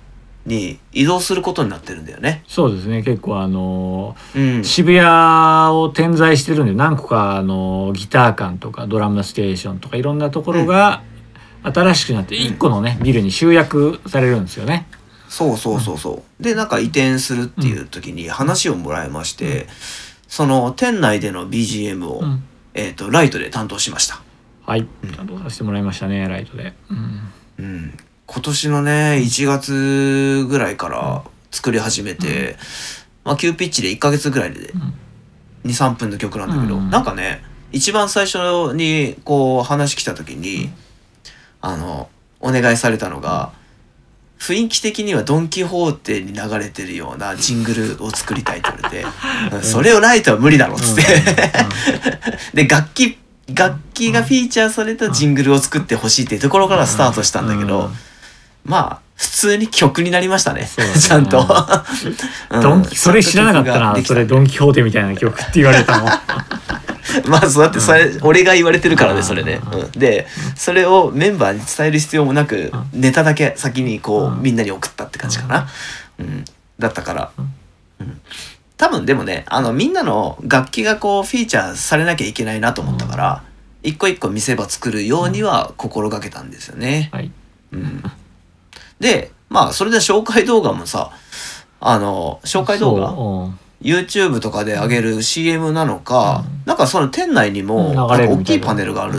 Speaker 1: に移動することになってるんだよね。
Speaker 2: そうですね結構あの
Speaker 1: うん。
Speaker 2: 渋谷を点在してるんで何個かあのギター館とかドラムステーションとかいろんなところが新しくなって1個のねビルに集約されるんですよね。
Speaker 1: そうそうそうそう。で、なんか移転するっていう時に話をもらいまして、その店内での BGM を、
Speaker 2: うん
Speaker 1: えっ、と、ライトで担当しました。
Speaker 2: はい担当させてもらいましたねライトで。うん
Speaker 1: うん。今年のね、1月ぐらいから作り始めて、まあ、急ピッチで1ヶ月ぐらいで
Speaker 2: ん
Speaker 1: 2、3分の曲なんだけど、
Speaker 2: うん
Speaker 1: なんかね、一番最初にこう話来た時に、あの、お願いされたのが、雰囲気的にはドン・キホーテに流れてるようなジングルを作りたいって言われて、うんそれをライトは無理だろっつって、 で楽器楽器がフィーチャーされたジングルを作ってほしいっていうところからスタートしたんだけど、
Speaker 2: うん
Speaker 1: まあ普通に曲になりましたね
Speaker 2: そうだ ね
Speaker 1: ちゃんと、うん
Speaker 2: ドンキそれ知らなかったなそれドン・キホーテみたいな曲って言われ たの。
Speaker 1: まあそうだってそれ、俺が言われてるからねそれね、
Speaker 2: うん
Speaker 1: うんでそれをメンバーに伝える必要もなく、ネタだけ先にこう、
Speaker 2: うん
Speaker 1: みんなに送ったって感じかな、うん、だったから、うん多分でもねあのみんなの楽器がこうフィーチャーされなきゃいけないなと思ったから、一個一個見せ場作るようには心がけたんですよね、
Speaker 2: はい
Speaker 1: うん、でまあそれで紹介動画もさあの紹介動画
Speaker 2: そう
Speaker 1: YouTube とかで上げる CM なのか、
Speaker 2: うん
Speaker 1: なんかその店内にも
Speaker 2: うん
Speaker 1: なんか
Speaker 2: 流れる
Speaker 1: 大
Speaker 2: みた
Speaker 1: き
Speaker 2: いない
Speaker 1: パネルがある、
Speaker 2: うん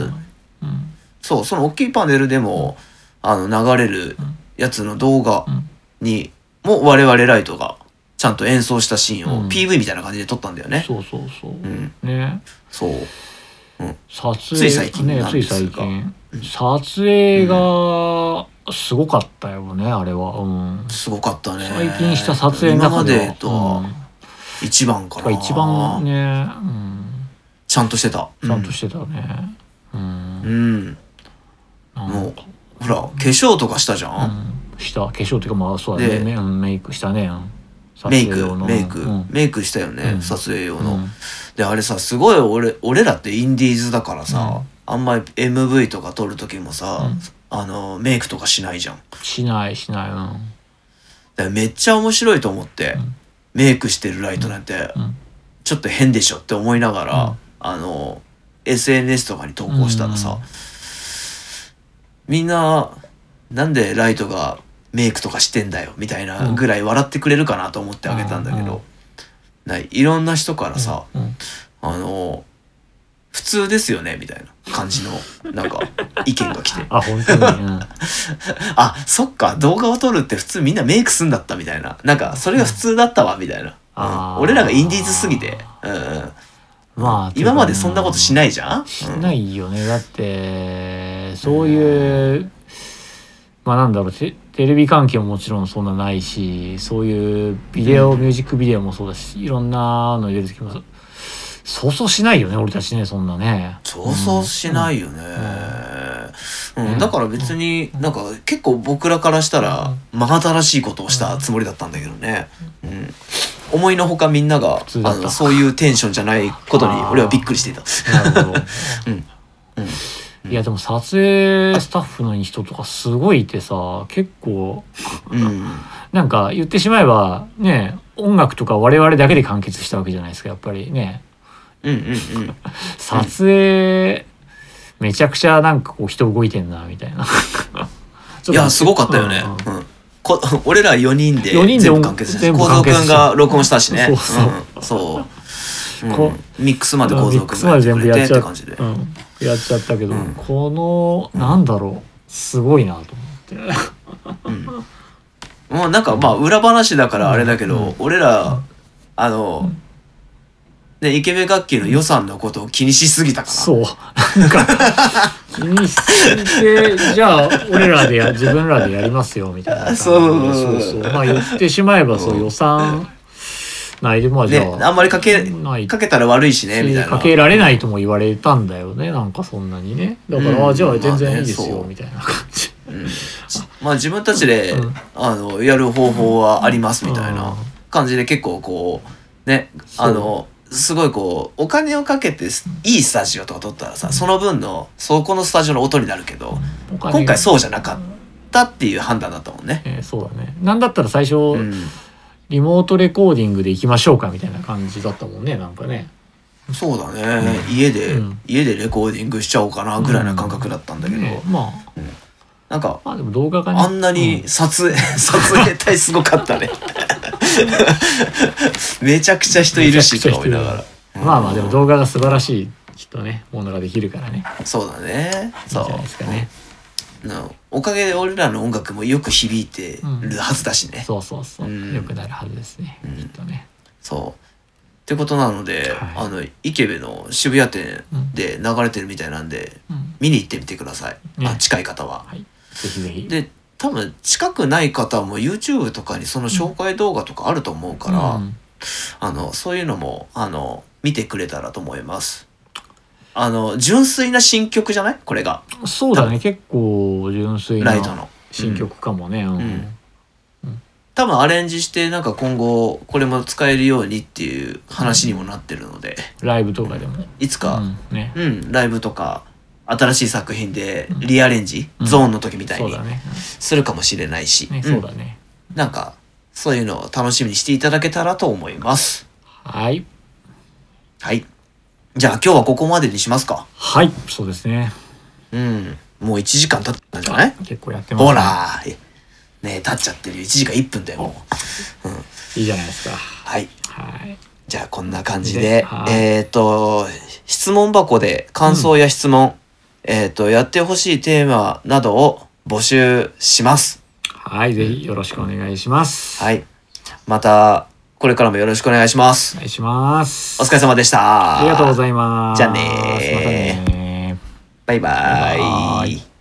Speaker 2: うん
Speaker 1: そうその大きいパネルでもあの流れるやつの動画
Speaker 2: うん
Speaker 1: にも我々ライトがちゃんと演奏したシーンを
Speaker 2: うん
Speaker 1: PV みたいな感じで撮ったんだよね。
Speaker 2: そうそうそう。
Speaker 1: うん、
Speaker 2: ね
Speaker 1: そう
Speaker 2: 撮影
Speaker 1: つい最近
Speaker 2: ね
Speaker 1: なん
Speaker 2: つ
Speaker 1: で
Speaker 2: い
Speaker 1: すが
Speaker 2: 最近撮影がすごかったよね、あれは、うん、
Speaker 1: すごかったね
Speaker 2: 最近した撮影の
Speaker 1: 今ま
Speaker 2: 中では
Speaker 1: でとは一番か
Speaker 2: うん
Speaker 1: な、
Speaker 2: が一番ね、うん、
Speaker 1: ちゃんとしてた
Speaker 2: ちゃんとしてたねうん、
Speaker 1: うん、
Speaker 2: な
Speaker 1: うんん、
Speaker 2: か
Speaker 1: もうほら化粧とかしたじゃ、
Speaker 2: うんん、した化粧っていうかまあそうだ
Speaker 1: で
Speaker 2: ねメうんメイクしたねうん撮
Speaker 1: メイ
Speaker 2: 影用
Speaker 1: ク
Speaker 2: の
Speaker 1: メイク、
Speaker 2: うん
Speaker 1: メイクしたよね、
Speaker 2: うん
Speaker 1: 撮影用
Speaker 2: う
Speaker 1: の、
Speaker 2: ん
Speaker 1: であれさすごい俺俺らってインディーズだからさ、あんまり MV とか撮る時もさ、
Speaker 2: うん
Speaker 1: あのメイクとかしないじゃんだ
Speaker 2: しないしないうん
Speaker 1: からめっちゃ面白いと思って、メイクしてるライトなんて
Speaker 2: うん
Speaker 1: ちょっと変でしょって思いながら、
Speaker 2: うん
Speaker 1: あの SNS とかに投稿したらさ、みんななんでライトがメイクとかしてんだよみたいなぐらい笑ってくれるかなと思ってあげたんだけど、ないいろんな人からさ、
Speaker 2: うん
Speaker 1: あの、普通ですよね、みたいな感じの、なんか、意見が来て。
Speaker 2: あ本当に、 うん、
Speaker 1: あ、そっか、動画を撮るって普通みんなメイクすんだった、みたいな。なんか、それが普通だったわ、みたいな。
Speaker 2: あ
Speaker 1: う
Speaker 2: ー
Speaker 1: ん、俺らがインディーズすぎて、うんうん、
Speaker 2: まあ
Speaker 1: 今までそんなことし
Speaker 2: い
Speaker 1: ないじゃん、
Speaker 2: し
Speaker 1: うん
Speaker 2: ないよねだってそういうまあなんだろうテテレビ関係ももちろんそんなないしそういうビデオミュージックビデオもそうだしいろんなの入れる時もそそうそうしないよね俺たちねそんなね
Speaker 1: そうそうしないいよね。うん
Speaker 2: ん
Speaker 1: だから別になんか結構僕らからしたら真新しいことをしたつもりだったんだけどね、うん、思いのほかみんなが
Speaker 2: 通だ
Speaker 1: あ
Speaker 2: った
Speaker 1: のそういうテンションじゃないことに俺はびっくりしていた。
Speaker 2: なるほど
Speaker 1: うんうん
Speaker 2: いやでも撮影スタッフの人とかすごいいてさ結構
Speaker 1: うん、
Speaker 2: なんか言ってしまえばね音楽とか我々だけで完結したわけじゃないですかやっぱりね
Speaker 1: うんうんうん
Speaker 2: 撮影、めちゃくちゃなんかこう人動いてんなみたいなちょっ と
Speaker 1: いやすごかったよね、
Speaker 2: うん
Speaker 1: うんこ 俺ら4人で
Speaker 2: 四人で
Speaker 1: 全部完結したし
Speaker 2: 全部
Speaker 1: 構造
Speaker 2: 完
Speaker 1: く
Speaker 2: 結
Speaker 1: ん
Speaker 2: した
Speaker 1: が録音したしね
Speaker 2: そうそうん
Speaker 1: そううん
Speaker 2: こ
Speaker 1: ミックスまで
Speaker 2: うん
Speaker 1: 構
Speaker 2: ミ
Speaker 1: 造
Speaker 2: ッ
Speaker 1: く
Speaker 2: ク
Speaker 1: ん
Speaker 2: スま
Speaker 1: がや
Speaker 2: で
Speaker 1: ってくれてっ
Speaker 2: 全部やっちゃ
Speaker 1: て
Speaker 2: っ
Speaker 1: 感じで、
Speaker 2: うんやっちゃったけど、
Speaker 1: うん
Speaker 2: このなんだろうすごいなと思 って
Speaker 1: うんもうなんかまあ裏話だからあれだけど、
Speaker 2: うん
Speaker 1: 俺らあの、ねイケメン楽器の予算のことを気にしすぎたから
Speaker 2: そうなんか気にしすぎてじゃあ俺らでや自分らでやりますよみたいな感じで
Speaker 1: そう
Speaker 2: そうそうまあ言ってしまえばそう
Speaker 1: うん
Speaker 2: 予算ないでまあじ
Speaker 1: ね
Speaker 2: ゃあ、
Speaker 1: あんまりかけ
Speaker 2: ない
Speaker 1: かけたら悪いしねみたいな
Speaker 2: かけられないとも言われたんだよねなんかそんなにねだから、
Speaker 1: うん
Speaker 2: あじゃあ全
Speaker 1: まあ
Speaker 2: 然い
Speaker 1: ね
Speaker 2: いですよ、
Speaker 1: そう
Speaker 2: みたいな感じ
Speaker 1: うんまあ自分たちで、
Speaker 2: うん
Speaker 1: あのやる方法はありますみたいな感じで結構こうね
Speaker 2: そう
Speaker 1: あのすごいこうお金をかけてすいいスタジオとか撮ったらさその分のそこのスタジオの音になるけど
Speaker 2: お金が
Speaker 1: 今回そうじゃなかっったっていう判断だったもんね。
Speaker 2: えーそうだねなんだったら最初、
Speaker 1: うん、
Speaker 2: リモートレコーディングで行きましょうかみたいな感じだったもんねなんかね
Speaker 1: そうだね、家で、
Speaker 2: うん
Speaker 1: 家でレコーディングしちゃおうかなぐらいな感覚だったんだけど、
Speaker 2: ねまあ
Speaker 1: なんか
Speaker 2: まあでも動画がね
Speaker 1: あんなに撮影、 撮影隊すごかったね。めちゃくちゃ人いるしとか思いながら。
Speaker 2: まあまあでも動画が素晴らしいきっとねものができるからね
Speaker 1: そうだね。
Speaker 2: いいんじ
Speaker 1: そ
Speaker 2: ゃないですかね
Speaker 1: う。なおかげで俺らの音楽もよく響いてるはずだしね。
Speaker 2: そうそうそう、
Speaker 1: うん
Speaker 2: 良くなるはずですね、
Speaker 1: うん
Speaker 2: きっとね
Speaker 1: そう。ってことなので、
Speaker 2: はい
Speaker 1: あの池部の渋谷店で流れてるみたいなんで、
Speaker 2: うん
Speaker 1: 見に行ってみてください。
Speaker 2: ね
Speaker 1: あ近い方は。
Speaker 2: はいぜひぜひ
Speaker 1: で多分近くない方も YouTube とかにその紹介動画とかあると思うから、
Speaker 2: うん
Speaker 1: あの、そういうのも、あの、見てくれたらと思います。あの、純粋な新曲じゃないこれが。
Speaker 2: そうだね結構純粋な
Speaker 1: ライトの。
Speaker 2: 新曲かもね、うん
Speaker 1: ん多分アレンジして、なんか今後、これも使えるようにっていう話にもなってるので、
Speaker 2: ライブとかでも、
Speaker 1: いつか、
Speaker 2: うんね
Speaker 1: うん、ライブとか、新しい作品でリアレンジ、ゾーンの時みたい
Speaker 2: そう
Speaker 1: に
Speaker 2: だね,、
Speaker 1: するかもしれないし、
Speaker 2: うん、ね
Speaker 1: うん
Speaker 2: そうだね、
Speaker 1: なんか、そういうのを楽しみにしていただけたらと思います。
Speaker 2: はい
Speaker 1: はい。じゃあ今日はここまでにしますか。
Speaker 2: はいそうですね
Speaker 1: うん。もう1時間経ったんじゃない
Speaker 2: 結構やってます、ね、
Speaker 1: ほらーねえ立っちゃってるよ1時間1分だよもう
Speaker 2: いいじゃないですか
Speaker 1: はい
Speaker 2: はい
Speaker 1: じゃあこんな感じ
Speaker 2: で
Speaker 1: で
Speaker 2: はい
Speaker 1: えっ、と質問箱で感想や質問、えっ、とやってほしいテーマなどを募集します
Speaker 2: はいぜひよろしくお願いします
Speaker 1: はいまたこれからもよろしくお願いします
Speaker 2: お願いします
Speaker 1: お疲れ様でした
Speaker 2: ありがとうご
Speaker 1: い
Speaker 2: ざいます
Speaker 1: じゃあねー
Speaker 2: またねー
Speaker 1: ますバイバ
Speaker 2: バイバ
Speaker 1: イ
Speaker 2: イ